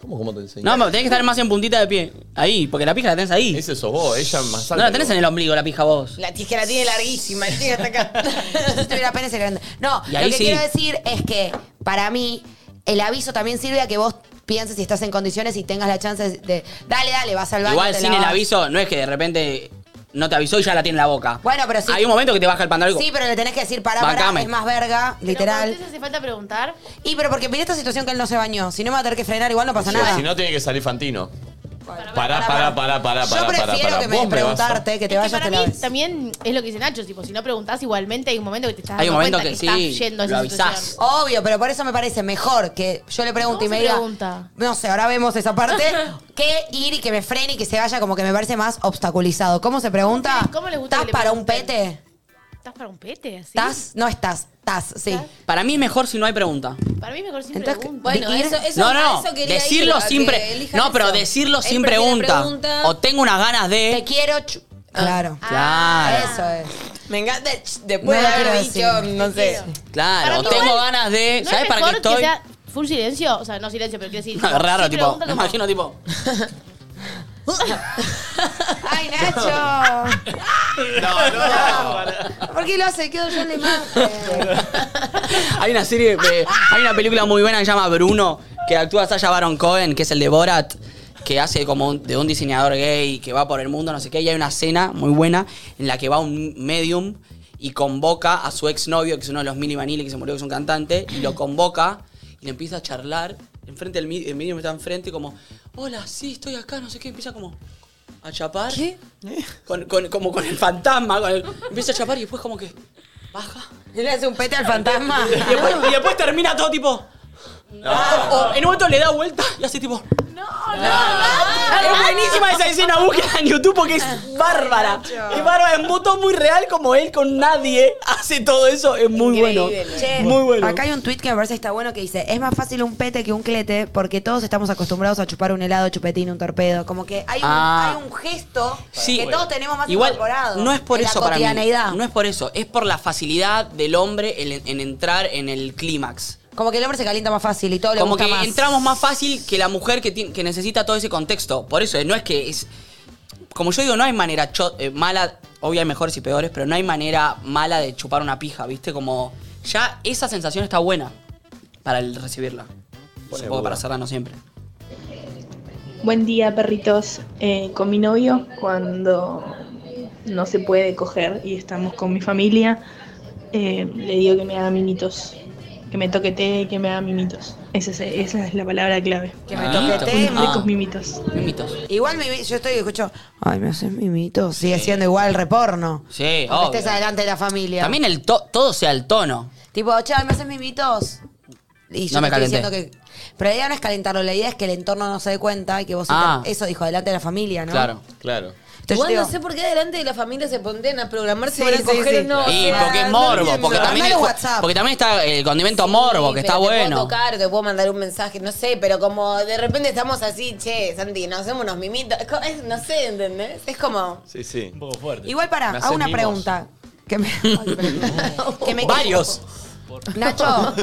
S1: ¿Cómo, cómo te enseño?
S3: No, pero tenés que estar más en puntita de pie. Ahí, porque la pija la tenés ahí.
S1: Ese sos vos, ella más
S3: No
S1: alta
S3: la
S1: que
S3: tenés
S1: vos.
S3: en el ombligo, la pija vos.
S5: La tijera tiene larguísima, llega hasta acá.
S2: Si tuviera pene sería grande. No,
S3: Y
S2: lo
S3: ahí
S2: que
S3: sí.
S2: quiero decir es que para mí el aviso también sirve a que vos pienses si estás en condiciones y tengas la chance de dale, dale, vas al baño.
S3: Igual
S2: te
S3: sin el
S2: lavas.
S3: aviso, no es que de repente no te avisó y ya la tiene en la boca.
S2: Bueno, pero sí.
S3: Hay un momento que te baja el pantalón.
S2: Sí, pero le tenés que decir pará, pará,
S3: Bancame.
S2: es más verga, literal.
S4: ¿Hace falta preguntar?
S2: Y pero porque mirá esta situación que él no se bañó. Si no me va a tener que frenar, igual no pasa nada.
S1: Si no, tiene que salir Fantino. Pará, pará, pará, pará, pará,
S2: Yo
S1: pará,
S2: prefiero
S1: pará.
S2: que me
S1: Vos me vas a-
S2: preguntarte, que te
S4: Es que
S2: vayas
S4: para
S2: te la
S4: mí
S2: ves.
S4: también es lo que dice Nacho, tipo, si no preguntás igualmente hay un momento que te estás
S3: Hay un
S4: dando
S3: momento
S4: Ah, cuenta
S3: que
S4: estás
S3: sí,
S4: yendo a
S3: lo
S4: esa
S3: avisás.
S4: situación.
S2: Obvio, pero por eso me parece mejor que yo le pregunte y
S4: ¿Cómo
S2: me
S4: se
S2: diga.
S4: pregunta?
S2: No sé, ahora vemos esa parte. que ir y que me frene y que se vaya como que me parece más obstaculizado. ¿Cómo se pregunta?
S4: ¿Cómo les gusta
S2: ¿Estás
S4: que le
S2: para un
S4: pregunten?
S2: pete?
S4: ¿Estás para un pete? así?
S2: ¿Estás? No estás. Estás, sí.
S3: Para mí es mejor si no hay pregunta.
S4: Para mí mejor sin
S2: Entonces,
S4: pregunta.
S5: Bueno,
S2: ¿ir?
S5: eso, eso,
S3: no, no,
S5: a eso quería
S3: decirlo
S5: ir, a
S3: sin
S5: que
S3: pre-
S5: elijan
S3: No, pero
S5: eso.
S3: decirlo
S5: Él
S3: sin
S5: prefiere
S3: pregunta.
S5: pregunta.
S3: O tengo unas ganas
S2: Te
S3: de.
S2: quiero. chu- Ah, Claro.
S3: Claro.
S2: Eso es.
S5: Me encanta ch, después de
S2: No lo quiero
S5: Ah, haber dicho,
S2: decir.
S5: no sé.
S3: Claro,
S4: Para
S3: o
S4: mí
S3: tengo
S4: igual,
S3: ganas de.
S4: ¿No
S3: ¿Sabes
S4: es
S3: para qué
S4: mejor
S3: estoy?
S4: Que sea full silencio, o sea, no silencio, pero quiero decir.
S3: No, es raro,
S4: sí
S3: tipo.
S4: pregunta
S3: Me
S4: como,
S3: imagino, tipo.
S2: ¡Ay, Nacho!
S1: No, no.
S2: ¿Por qué lo hace? Quedo yo en la imagen.
S3: Hay una serie, de- hay una película muy buena que se llama Bruno, que actúa Sasha Baron Cohen, que es el de Borat, que hace como un- de un diseñador gay que va por el mundo, no sé qué, y hay una escena muy buena en la que va un medium y convoca a su exnovio, que es uno de los Milli Vanilli que se murió, que es un cantante, y lo convoca y le empieza a charlar. Enfrente del mi- el medium está enfrente como, hola, sí, estoy acá, no sé qué, empieza como a chapar. ¿Qué? Con, con- como con el fantasma, con el- empieza a chapar y después como que baja.
S2: ¿Y le hace un pete al fantasma?
S3: Y después, y después termina todo tipo. O en un momento le da vuelta y hace tipo. Es buenísima esa escena, búsquenla en YouTube porque es bárbara. Es bárbara, es un botón muy real como él con nadie hace todo eso. Es muy bueno.
S2: Che,
S3: Muy bueno.
S2: Acá hay un tweet que me parece que está bueno que dice: Es más fácil un pete que un clete porque todos estamos acostumbrados a chupar un helado, chupetín, un torpedo. Como que hay un,
S3: Ah.
S2: hay un gesto
S3: Sí.
S2: que todos tenemos más
S3: Igual,
S2: incorporado.
S3: No es por
S2: en
S3: eso
S2: la
S3: para mí.
S2: cotidianeidad.
S3: No es por eso. Es por la facilidad del hombre en, en entrar en el clímax.
S2: Como que el hombre se calienta más fácil y todo le
S3: Como
S2: gusta
S3: que
S2: más.
S3: entramos más fácil que la mujer que, tiene- que necesita todo ese contexto. Por eso, eh, no es que es. Como yo digo, no hay manera cho- eh, mala. Obvio hay mejores y peores, pero no hay manera mala de chupar una pija, ¿viste? Como. Ya esa sensación está buena para el recibirla. Por
S1: Seguro.
S3: poco para hacerla no siempre.
S17: Buen día, perritos. Eh, con mi novio, cuando no se puede coger y estamos con mi familia, eh, le digo que me haga mimitos. Que me toquetee, que me haga mimitos. Esa es, esa es la palabra clave.
S2: Que me toquetee,
S17: Unos ricos
S2: ah.
S17: mimitos.
S3: Mimitos.
S2: Igual mi- yo estoy escucho. Ay, me haces mimito. Sigue siendo igual reporno.
S3: Sí,
S2: Aunque
S3: obvio.
S2: estés adelante de la familia.
S3: También el to- todo sea el tono.
S2: Tipo, che, ¿me haces mimitos? Y yo
S3: No me
S2: te estoy diciendo
S3: calenté.
S2: que. Pero la idea no es calentarlo, la idea es que el entorno no se dé cuenta y que vos.
S3: Ah.
S2: Eso dijo, delante de la familia, ¿no?
S1: Claro.
S2: Entonces
S5: Igual
S2: yo
S5: no
S2: digo-
S5: sé por qué delante de la familia se pondrían a programarse
S2: Sí,
S5: para
S2: sí,
S5: coger
S2: sí.
S5: o no.
S3: Y
S5: o sea,
S3: porque es
S5: no
S3: morbo,
S5: entiendo.
S3: porque también,
S5: Mandale
S3: el-
S5: WhatsApp.
S3: porque también está el condimento morbo,
S5: Sí,
S3: que
S5: pero
S3: está
S5: Te puedo
S3: bueno.
S5: tocar, te puedo mandar un mensaje, no sé, pero como de repente estamos así, che, Santi, nos hacemos unos mimitos. Es co- es- no sé, ¿entendés? Es como.
S1: Sí, sí. Un poco fuerte.
S2: Igual para,
S1: Me
S2: hago
S1: haces
S2: una
S1: mimos.
S2: pregunta. Que me... que me-
S3: Varios.
S2: Nacho.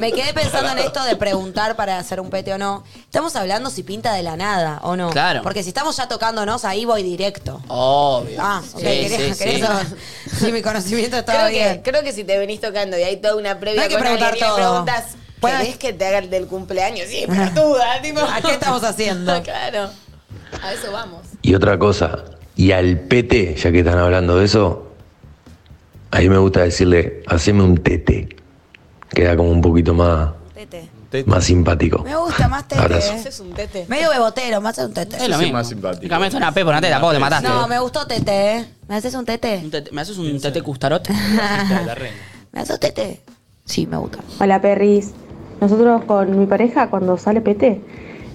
S2: me quedé pensando en esto de preguntar para hacer un pete o no. Estamos hablando si pinta de la nada o no.
S3: Claro.
S2: Porque si estamos ya tocándonos, ahí voy directo.
S3: Obvio.
S2: Ah, ok,
S3: Sí,
S2: querés,
S3: sí,
S2: querés-
S3: sí.
S2: sí, mi conocimiento estaba
S5: Creo
S2: bien.
S5: que, creo que si te venís tocando y hay toda una previa
S2: No hay que
S5: con
S2: preguntar
S5: alguien y le
S2: todo.
S5: preguntas,
S2: Bueno.
S5: ¿querés que te haga el del cumpleaños? Sí, pero duda, tipo.
S2: ¿A qué estamos haciendo?
S5: claro. A eso vamos.
S18: Y otra cosa, y al pete, ya que están hablando de eso, ahí me gusta decirle, haceme un tete. Queda como un poquito más,
S2: Tete.
S18: más simpático.
S2: Me gusta más tete.
S18: Abrazo.
S2: eh. Medio bebotero, más un tete.
S3: Es lo mismo.
S18: más simpático.
S3: Y cambiaste una P por una T, tampoco te mataste.
S2: No, me gustó tete, ¿eh? ¿Me haces un tete?
S3: Un tete- ¿Me haces un tete custarote?
S2: ¿Me haces un tete? Sí, me gusta.
S19: Hola perris. Nosotros con mi pareja cuando sale PT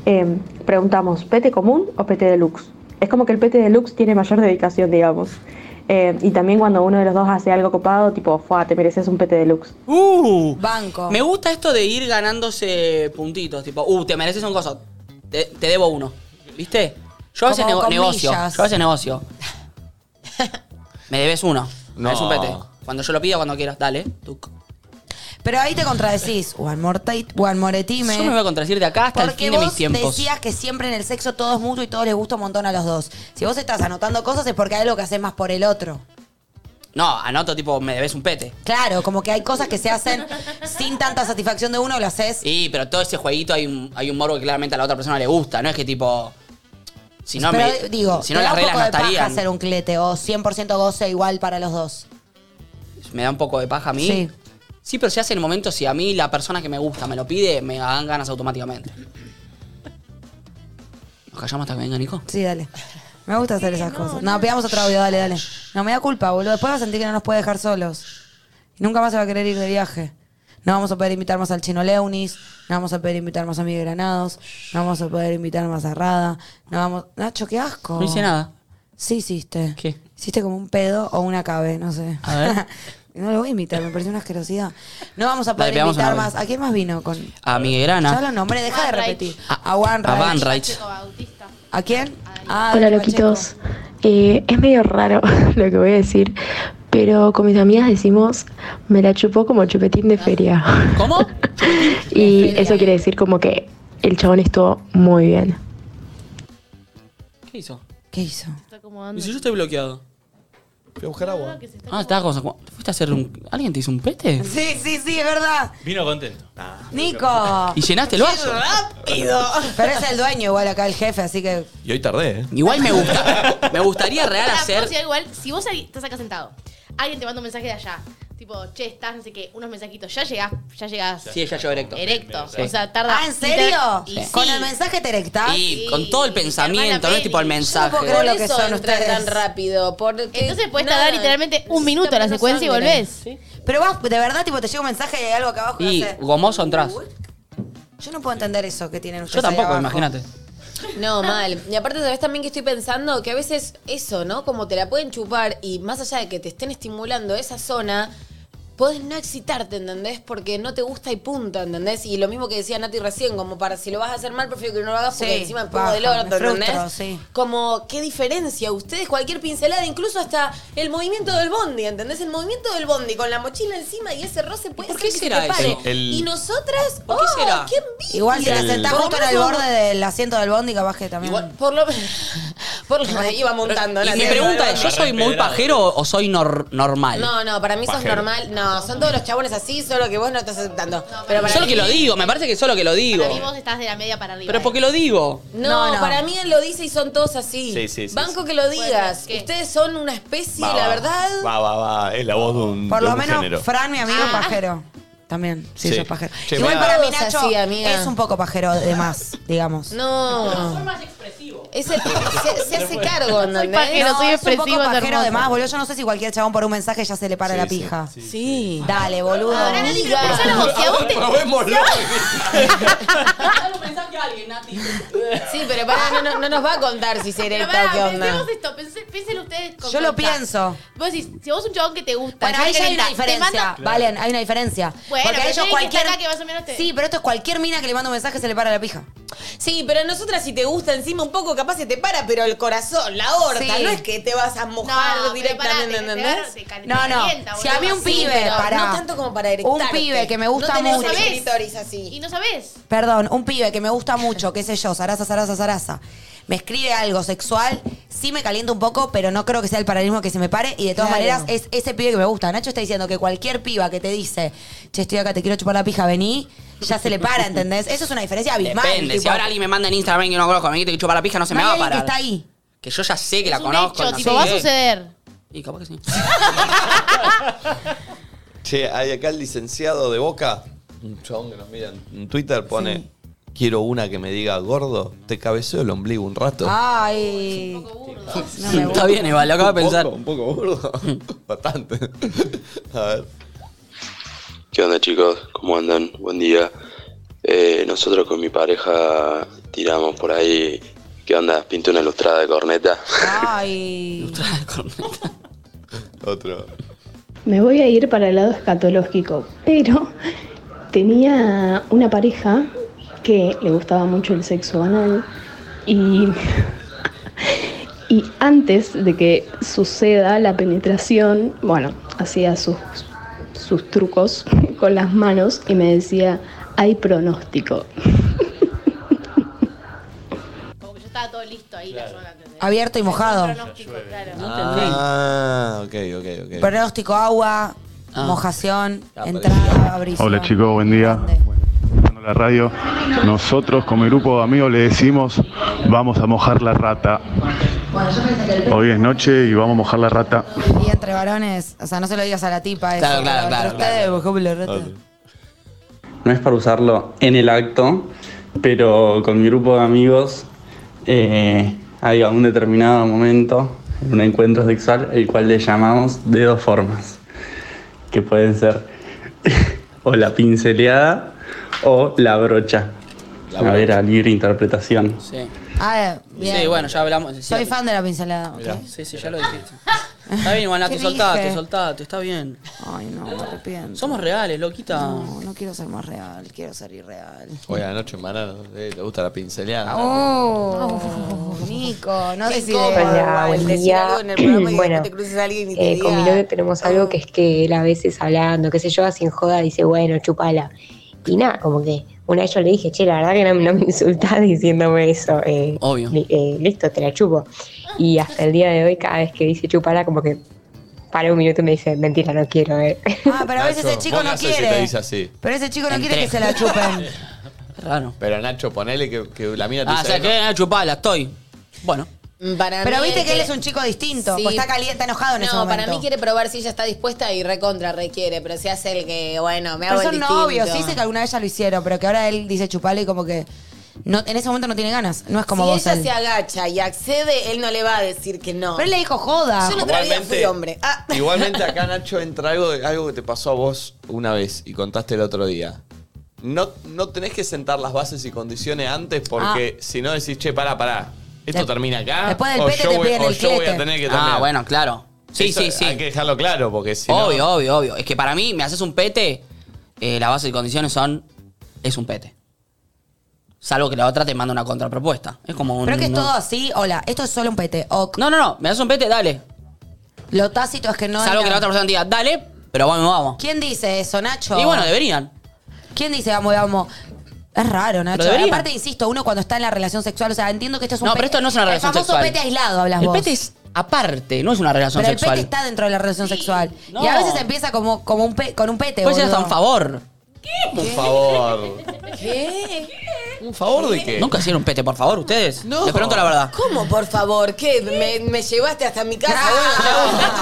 S19: eh, preguntamos PT común o PT deluxe. Es como que el PT deluxe tiene mayor dedicación, digamos. Eh, y también cuando uno de los dos hace algo copado, tipo, fuá, te mereces un PT deluxe.
S3: ¡Uh!
S2: Banco.
S3: Me gusta esto de ir ganándose puntitos. Tipo, uh, te mereces un coso. Te, te debo uno. ¿Viste? Yo a veces
S2: Como
S3: nego-
S2: con
S3: negocio. Yo
S2: millas.
S3: a veces negocio. Me debes uno.
S1: No.
S3: Es un pete. Cuando yo lo pida, cuando quieras. Dale. Tuc.
S2: Pero ahí te contradecís. One more tate, one more time.
S3: Yo me voy a contradecir de acá hasta el
S2: Porque
S3: fin de mis
S2: vos
S3: tiempos.
S2: decías que siempre en el sexo todo es mutuo y todo les gusta un montón a los dos. Si vos estás anotando cosas es porque hay algo que haces más por el otro.
S3: No, anoto tipo, me debes un pete.
S2: Claro, como que hay cosas que se hacen sin tanta satisfacción de uno, lo haces.
S3: Sí, pero todo ese jueguito hay un, hay un morbo que claramente a la otra persona le gusta. No es que tipo. Si no,
S2: Pero
S3: me-
S2: digo,
S3: si no
S2: te da
S3: las
S2: un
S3: reglas
S2: poco
S3: no
S2: de paja
S3: estarían.
S2: hacer un clete o 100% goce igual para los dos.
S3: me da un poco de paja a mí.
S2: Sí.
S3: Sí. pero se hace en el momento si a mí la persona que me gusta me lo pide, me dan ganas automáticamente. Nos callamos hasta que venga Nico.
S2: Sí, dale. Me gusta hacer esas cosas. No, pegamos otro audio, dale, dale. No, me da culpa, boludo. Después va a sentir que no nos puede dejar solos. Y nunca más se va a querer ir de viaje. No vamos a poder invitar más al chino Leunis, no vamos a poder invitar más a Miguel Granados, no vamos a poder invitar más a Rada, no vamos... Nacho, qué asco.
S3: No hice nada.
S2: Sí hiciste. ¿Qué? Hiciste como un pedo o una cabe, no sé.
S3: A ver.
S2: no lo voy a invitar, me pareció una asquerosidad. No vamos a
S3: Dale,
S2: poder
S3: pegamos
S2: invitar
S3: una
S2: más.
S3: vez.
S2: ¿A quién más vino? Con...
S3: A Miguel
S2: Ya
S3: Grana.
S2: lo nombré, deja de repetir. A Juan
S3: A Van Reich.
S2: ¿A quién? Ah,
S15: Hola
S2: Dani
S15: loquitos, Eh, es medio raro lo que voy a decir, pero con mis amigas decimos, me la chupó como chupetín de feria.
S3: ¿Cómo?
S15: y eso quiere decir como que el chabón estuvo muy bien.
S3: ¿Qué hizo?
S2: ¿Qué hizo?
S3: Y si yo estoy bloqueado.
S1: Fui a buscar agua.
S3: Ah, estaba con Sacu- ¿Te fuiste a hacer un. ¿Alguien te hizo un pete?
S2: Sí, sí, sí, es verdad.
S6: Vino contento.
S2: Ah. Nico.
S3: Y llenaste el vaso.
S2: Pero es el dueño igual acá, el jefe, así que...
S1: Y hoy tardé, ¿eh?
S3: Igual me gusta. me gustaría real
S4: Pará,
S3: hacer.
S4: vos igual- igual, si vos ahí estás acá sentado, alguien te manda un mensaje de allá, tipo, che, estás, no sé qué, unos mensajitos, ya llegás, ya llegás.
S3: Sí, ya llegó erecto.
S4: Erecto.
S3: Sí.
S4: O sea, tarda.
S2: Ah, ¿en serio?
S4: Y sí.
S2: ¿Con el mensaje te erectás?
S3: Y con todo el pensamiento, no es tipo el mensaje.
S5: Por
S2: Creo lo que
S5: eso
S2: son
S5: entran
S2: ustedes.
S5: tan rápido. Porque
S4: Entonces puedes tardar literalmente un minuto la secuencia y volvés.
S2: Pero vas, de verdad, tipo, te llega un mensaje y hay algo acá abajo.
S3: Y
S2: no sé.
S3: gomoso entras.
S2: Yo no puedo entender eso que tienen ustedes.
S3: Yo tampoco,
S2: ahí abajo.
S3: imagínate.
S5: No, mal. Y aparte, sabes también que estoy pensando que a veces eso, ¿no? Como te la pueden chupar y más allá de que te estén estimulando esa zona, podés no excitarte, ¿entendés? Porque no te gusta y punto, ¿entendés? Y lo mismo que decía Nati recién, como para si lo vas a hacer mal, prefiero que no lo hagas porque
S2: Sí,
S5: encima me pongo
S2: baja,
S5: del orto,
S2: me frustro,
S5: ¿entendés?
S2: sí.
S5: Como, ¿qué diferencia? Ustedes, cualquier pincelada, incluso hasta el movimiento del bondi, ¿entendés? El movimiento del bondi con la mochila encima y ese roce puede ser que se
S3: será
S5: te pare.
S3: eso? El-
S5: Y nosotras,
S3: ¿Por qué
S5: ¡oh,
S3: será?
S5: qué envidia!
S2: Igual si te sentás
S5: Por
S2: justo en
S5: lo
S2: el
S5: menos-
S2: borde del asiento del bondi, capaz que también...
S5: por lo por lo iba montando.
S3: Y
S5: la
S3: mi
S5: tierra.
S3: pregunta es, ¿yo soy muy pajero o soy nor- normal?
S5: No, no, para mí sos
S3: Pajero.
S5: normal. No, son todos los chabones así, solo que vos no estás aceptando. pero para
S3: Solo
S5: mí-
S3: que lo digo, me parece que solo que lo digo.
S5: Para mí vos
S4: estás de la media para arriba.
S3: Pero porque lo digo.
S5: No,
S4: No, no.
S5: para mí él lo dice y son todos así.
S1: Sí, sí, sí,
S5: Banco que lo digas. Ustedes son una especie, la verdad.
S1: Va, va, va. Es la voz de un,
S2: Por
S1: de
S2: lo
S1: un
S2: menos,
S1: género.
S2: Fran, mi amigo,
S5: Ah,
S2: pajero. También, sí,
S1: Sí.
S2: sos pajero.
S1: Che,
S2: Igual
S1: mirá.
S2: para mí,
S5: Todos
S2: Nacho,
S5: así, amiga.
S2: es un poco pajero de más, digamos.
S5: No. Es el, se, se hace cargo, ¿no?
S2: No, es un poco pajero de más, boludo. Yo no sé si cualquier chabón por un mensaje ya se le para la pija. Sí. Dale, boludo.
S5: Ahora, Nati, pero pensalo vos, si a vos te-
S1: Probémoslo.
S5: Sí, pero pará, no, no- no nos va a contar si se
S4: Pero
S5: erecta o
S4: pará,
S5: qué onda.
S4: pensemos esto, pensé- piénsenlo ustedes con
S2: Yo lo
S4: confianza.
S2: pienso.
S4: Vos decís, si vos un chabón que te gusta,
S2: Bueno,
S4: ya
S2: ahí ya
S4: querés,
S2: hay una
S4: te manda-
S2: diferencia. Valen, hay una diferencia.
S4: Bueno,
S2: Porque a
S4: pero
S2: ellos
S4: tiene que
S2: cualquier.
S4: estar acá que más o menos te-
S2: Sí, pero esto es cualquier mina que le manda un mensaje se le para la pija.
S5: Sí, pero a nosotras si te gusta encima un poco, capaz se te para, pero el corazón, la aorta,
S2: Sí.
S5: no es que te vas a mojar directamente, ¿entendés?
S2: No, no. Si a mí un pibe,
S5: pero
S2: para.
S5: No tanto como para erectarte.
S2: Un pibe que me gusta
S5: no tenés
S2: mucho.
S5: el clítoris así.
S4: Y no sabés.
S2: Perdón, un pibe que me gusta mucho, qué sé yo, zaraza, zaraza, zaraza. Me escribe algo sexual, sí me calienta un poco, pero no creo que sea el paralelismo que se me pare. Y de todas
S5: Claro.
S2: maneras, es ese pibe que me gusta. Nacho está diciendo que cualquier piba que te dice, che, estoy acá, te quiero chupar la pija, vení, ya se le para, ¿entendés? Eso es una diferencia abismal.
S3: Depende, si
S2: tipo,
S3: ahora alguien me manda en Instagram que no conozco, amiguito que chupa la pija, no se
S2: no
S3: me
S2: hay
S3: va a
S2: alguien
S3: parar.
S2: que está ahí.
S3: Que yo ya sé que la
S4: Es un
S3: conozco.
S4: hecho,
S3: no
S4: tipo,
S3: sé
S4: va a
S3: qué.
S4: suceder.
S3: Y capaz que sí.
S1: Che, hay acá el licenciado de Boca, un chabón que nos mira en- en Twitter, pone, quiero una que me diga, gordo, te cabeceo el ombligo un rato.
S2: Ay. Ah, No me
S3: Está bien, Eva, lo acabo de
S1: Un
S3: pensar.
S1: poco, Un poco gordo, bastante. A ver.
S20: ¿Qué onda chicos? ¿Cómo andan? Buen día. Eh, nosotros con mi pareja tiramos por ahí. ¿Qué onda? Pinta una ilustrada de corneta.
S2: Ay.
S1: Otro.
S21: Me voy a ir para el lado escatológico, pero tenía una pareja que le gustaba mucho el sexo anal y, y antes de que suceda la penetración, bueno, hacía sus, sus trucos con las manos y me decía, hay pronóstico.
S4: Como que yo estaba todo listo ahí, la zona. ¿entendés?
S2: Abierto y mojado.
S4: Un pronóstico, claro.
S1: Ah, ok, ok, ok.
S2: Pronóstico agua,
S1: Ah.
S2: mojación, entrada, brisa.
S22: Hola chicos, buen día. Bueno, escuchando la radio, nosotros como grupo de amigos le decimos vamos a mojar la rata. Hoy es noche y vamos a mojar la rata.
S2: Y entre varones, o sea, no se lo digas a la tipa eso.
S22: Claro, claro,
S2: pero
S22: claro,
S2: entre ustedes, por ejemplo, la rata.
S23: No es para usarlo en el acto, pero con mi grupo de amigos
S8: eh, hay un determinado momento en un encuentro sexual el cual le llamamos de dos formas, que pueden ser o la pinceleada o la brocha.
S3: La
S8: a ver, a libre interpretación.
S3: Sí.
S2: Ah, bien.
S3: Sí, bueno, ya hablamos. sí,
S2: Soy fan de la pincelada.
S3: Mirá.
S2: ok.
S3: Sí, sí, ya lo dijiste. Está bien, Ivana,
S2: ¿Qué
S3: te soltaste,
S2: dije?
S3: te soltaste, está bien.
S2: Ay, no, me arrepiento.
S3: Somos reales, loquita.
S2: No, no quiero ser más real, quiero ser irreal.
S1: Hoy anoche, Mara, eh, le gusta la pincelada.
S2: Oh, Nico, no
S5: Qué
S2: sé si
S5: incómodo,
S2: de-
S5: el decir algo en el programa y después te cruces a alguien y te
S21: eh, con mi
S5: diga,
S21: novio tenemos algo
S2: "Ah".
S21: que es que él a veces hablando, qué sé yo, así en joda, dice, bueno, chupala. Y nada, como que una vez yo le dije, che, la verdad que no, no me insultás diciéndome eso. eh, li- eh, listo, te la chupo. Y hasta el día de hoy, cada vez que dice chupala, como que para un minuto y me dice, mentira, no quiero. eh".
S2: Ah, pero a veces
S1: Nacho,
S2: el chico
S1: vos
S2: no
S1: Nacho, si
S2: quiere.
S1: te dice así.
S2: Pero ese chico no quiere que
S1: Entré.
S2: se la chupen.
S3: Raro.
S1: Pero Nacho, ponele que, que la mina te
S3: Ah, o
S1: dice.
S3: sea, que era chupala, estoy. Bueno.
S5: Para
S2: Pero
S5: mí
S2: viste
S5: es
S2: que él es un chico distinto, pues está caliente, está enojado en
S5: no,
S2: ese
S5: para
S2: momento.
S5: mí quiere probar si ella está dispuesta y recontra requiere, pero si hace el que, bueno, me
S2: Pero
S5: hago el
S2: son
S5: distinto.
S2: novios, sí sé que alguna vez ya lo hicieron, pero que ahora él dice chupale y como que no, en ese momento no tiene ganas. No es como
S5: si ella
S2: vos. él.
S5: se agacha y accede, él no le va a decir que no.
S2: Pero él le dijo joda.
S5: Yo en otra vida fui
S1: Igualmente-
S5: hombre. Ah.
S1: Igualmente acá, Nacho, entra algo, de- algo que te pasó a vos una vez y contaste el otro día. No, no tenés que sentar las bases y condiciones antes porque
S2: Ah.
S1: si no decís, che, pará, pará. Esto
S3: De-
S1: termina acá.
S3: después del
S1: o
S3: pete
S1: yo,
S3: te
S1: voy,
S3: piden
S1: o
S3: el
S1: yo voy
S3: clete.
S1: a tener que
S3: Ah,
S1: terminar.
S3: bueno, claro. Sí,
S1: Eso
S3: sí, sí.
S1: Hay que dejarlo claro porque si no-
S3: obvio, obvio, obvio. Es que para mí, me haces un pete, eh, la base y condiciones son. Es un pete. Salvo que la otra te manda una contrapropuesta. Es como un.
S2: Pero que es
S3: no-
S2: todo así, hola, esto es solo un pete. ok.
S3: No, no, no, me das un pete, dale.
S2: Lo tácito es que no. es
S3: Salvo que la
S2: nada.
S3: otra persona te diga, dale, pero vamos, vamos.
S2: ¿Quién dice eso, Nacho?
S3: Y bueno, deberían.
S2: ¿Quién dice vamos, vamos? Es raro, Nacho.
S3: Pero deberían.
S2: Aparte, insisto, uno cuando está en la relación sexual, o sea, entiendo que esto es un
S3: No, pero
S2: pete-
S3: esto no es una relación
S2: El famoso
S3: sexual.
S2: pete aislado, hablas
S3: El
S2: vos.
S3: pete es aparte, no es una relación
S2: pero el
S3: sexual.
S2: pete está dentro de la relación sexual.
S3: no. Pues
S2: Y a veces empieza como, como un pe- con un pete.
S3: Puede ser hasta
S2: boludo.
S3: un favor.
S1: Por favor.
S5: ¿Qué?
S1: ¿Un favor de qué?
S3: Nunca hicieron pete, por favor, ustedes. Les pregunto la verdad.
S5: ¿Cómo, por favor? ¿Qué? ¿Me, me llevaste hasta mi casa?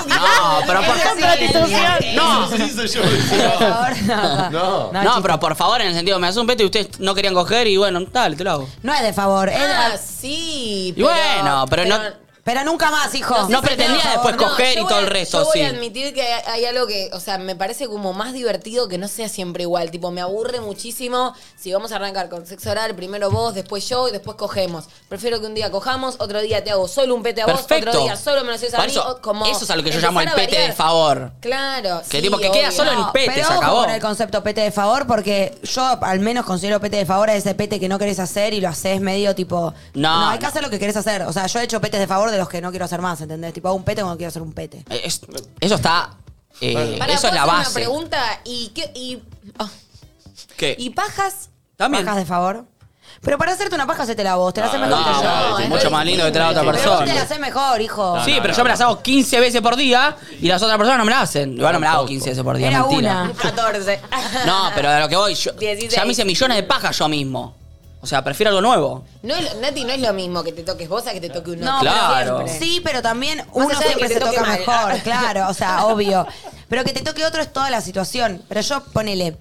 S3: No, pero por
S5: Esa
S3: favor.
S5: sí, prostitución.
S3: No.
S5: Eso
S1: No.
S3: No, pero por favor, en el sentido, me haces un pete y ustedes no querían coger y bueno, tal, te lo hago.
S2: No es de favor. es-
S5: Ah, sí.
S3: Y bueno, pero no-
S2: Pero nunca más, hijo.
S3: No pretendía después coger y
S5: yo
S3: todo
S5: voy
S3: el
S5: a-
S3: resto,
S5: Yo voy
S3: sí.
S5: a admitir que hay, hay algo que, o sea, me parece como más divertido que no sea siempre igual. Tipo, me aburre muchísimo si vamos a arrancar con sexo oral, primero vos, después yo y después cogemos. Prefiero que un día cojamos, otro día te hago solo un pete a
S3: Perfecto.
S5: vos, otro día solo me lo haces a
S3: Por
S5: mí.
S3: eso,
S5: o como
S3: eso es a lo que yo
S5: empezar
S3: llamo el
S5: a
S3: pete de
S5: variar.
S3: favor.
S5: Claro,
S3: Que
S5: sí,
S3: tipo que queda
S5: obvio.
S3: solo en
S2: No,
S3: pete,
S2: pero
S3: se
S2: ojo
S3: acabó.
S2: con el concepto pete de favor, porque yo al menos considero pete de favor a ese pete que no querés hacer y lo haces medio tipo.
S3: No,
S2: hay que
S3: no.
S2: hacer lo que querés hacer. O sea, yo he hecho petes de favor de los que no quiero hacer más, ¿entendés? Tipo, hago un pete cuando quiero hacer un pete.
S3: Eh, es- eso está. eh,
S5: Pará,
S3: eso
S5: ¿puedo
S3: es
S5: hacer
S3: la
S5: una
S3: base.
S5: pregunta y qué y, ah,
S3: ¿Qué?
S5: y pajas
S3: También. Ah,
S2: ¿Pajas de favor? Pero para hacerte una paja, hacete la vos. Te la haces
S3: No,
S2: mejor que yo. ¿eh?
S3: no, es mucho más lindo que te la otra
S2: Pero vos te la
S3: persona.
S2: haces mejor, hijo.
S3: sí, pero yo me las hago 15 veces por día y las otras personas no me las hacen. Igual no me las hago 15 veces por día,
S2: Era
S3: mentira.
S2: una.
S5: 14.
S3: No, pero de lo que voy, yo,
S5: 16.
S3: ya me hice millones de pajas yo mismo. O sea, prefiero algo nuevo.
S5: No es lo- Nati, no es lo mismo que te toques vos a que te toque un
S2: No,
S5: otro.
S3: Claro.
S2: pero siempre. Sí, pero también uno
S5: allá de que
S2: siempre
S5: te
S2: se
S5: toque
S2: toca
S5: mal.
S2: mejor, claro, o sea, obvio. Pero que te toque otro es toda la situación. Pero yo, ponele,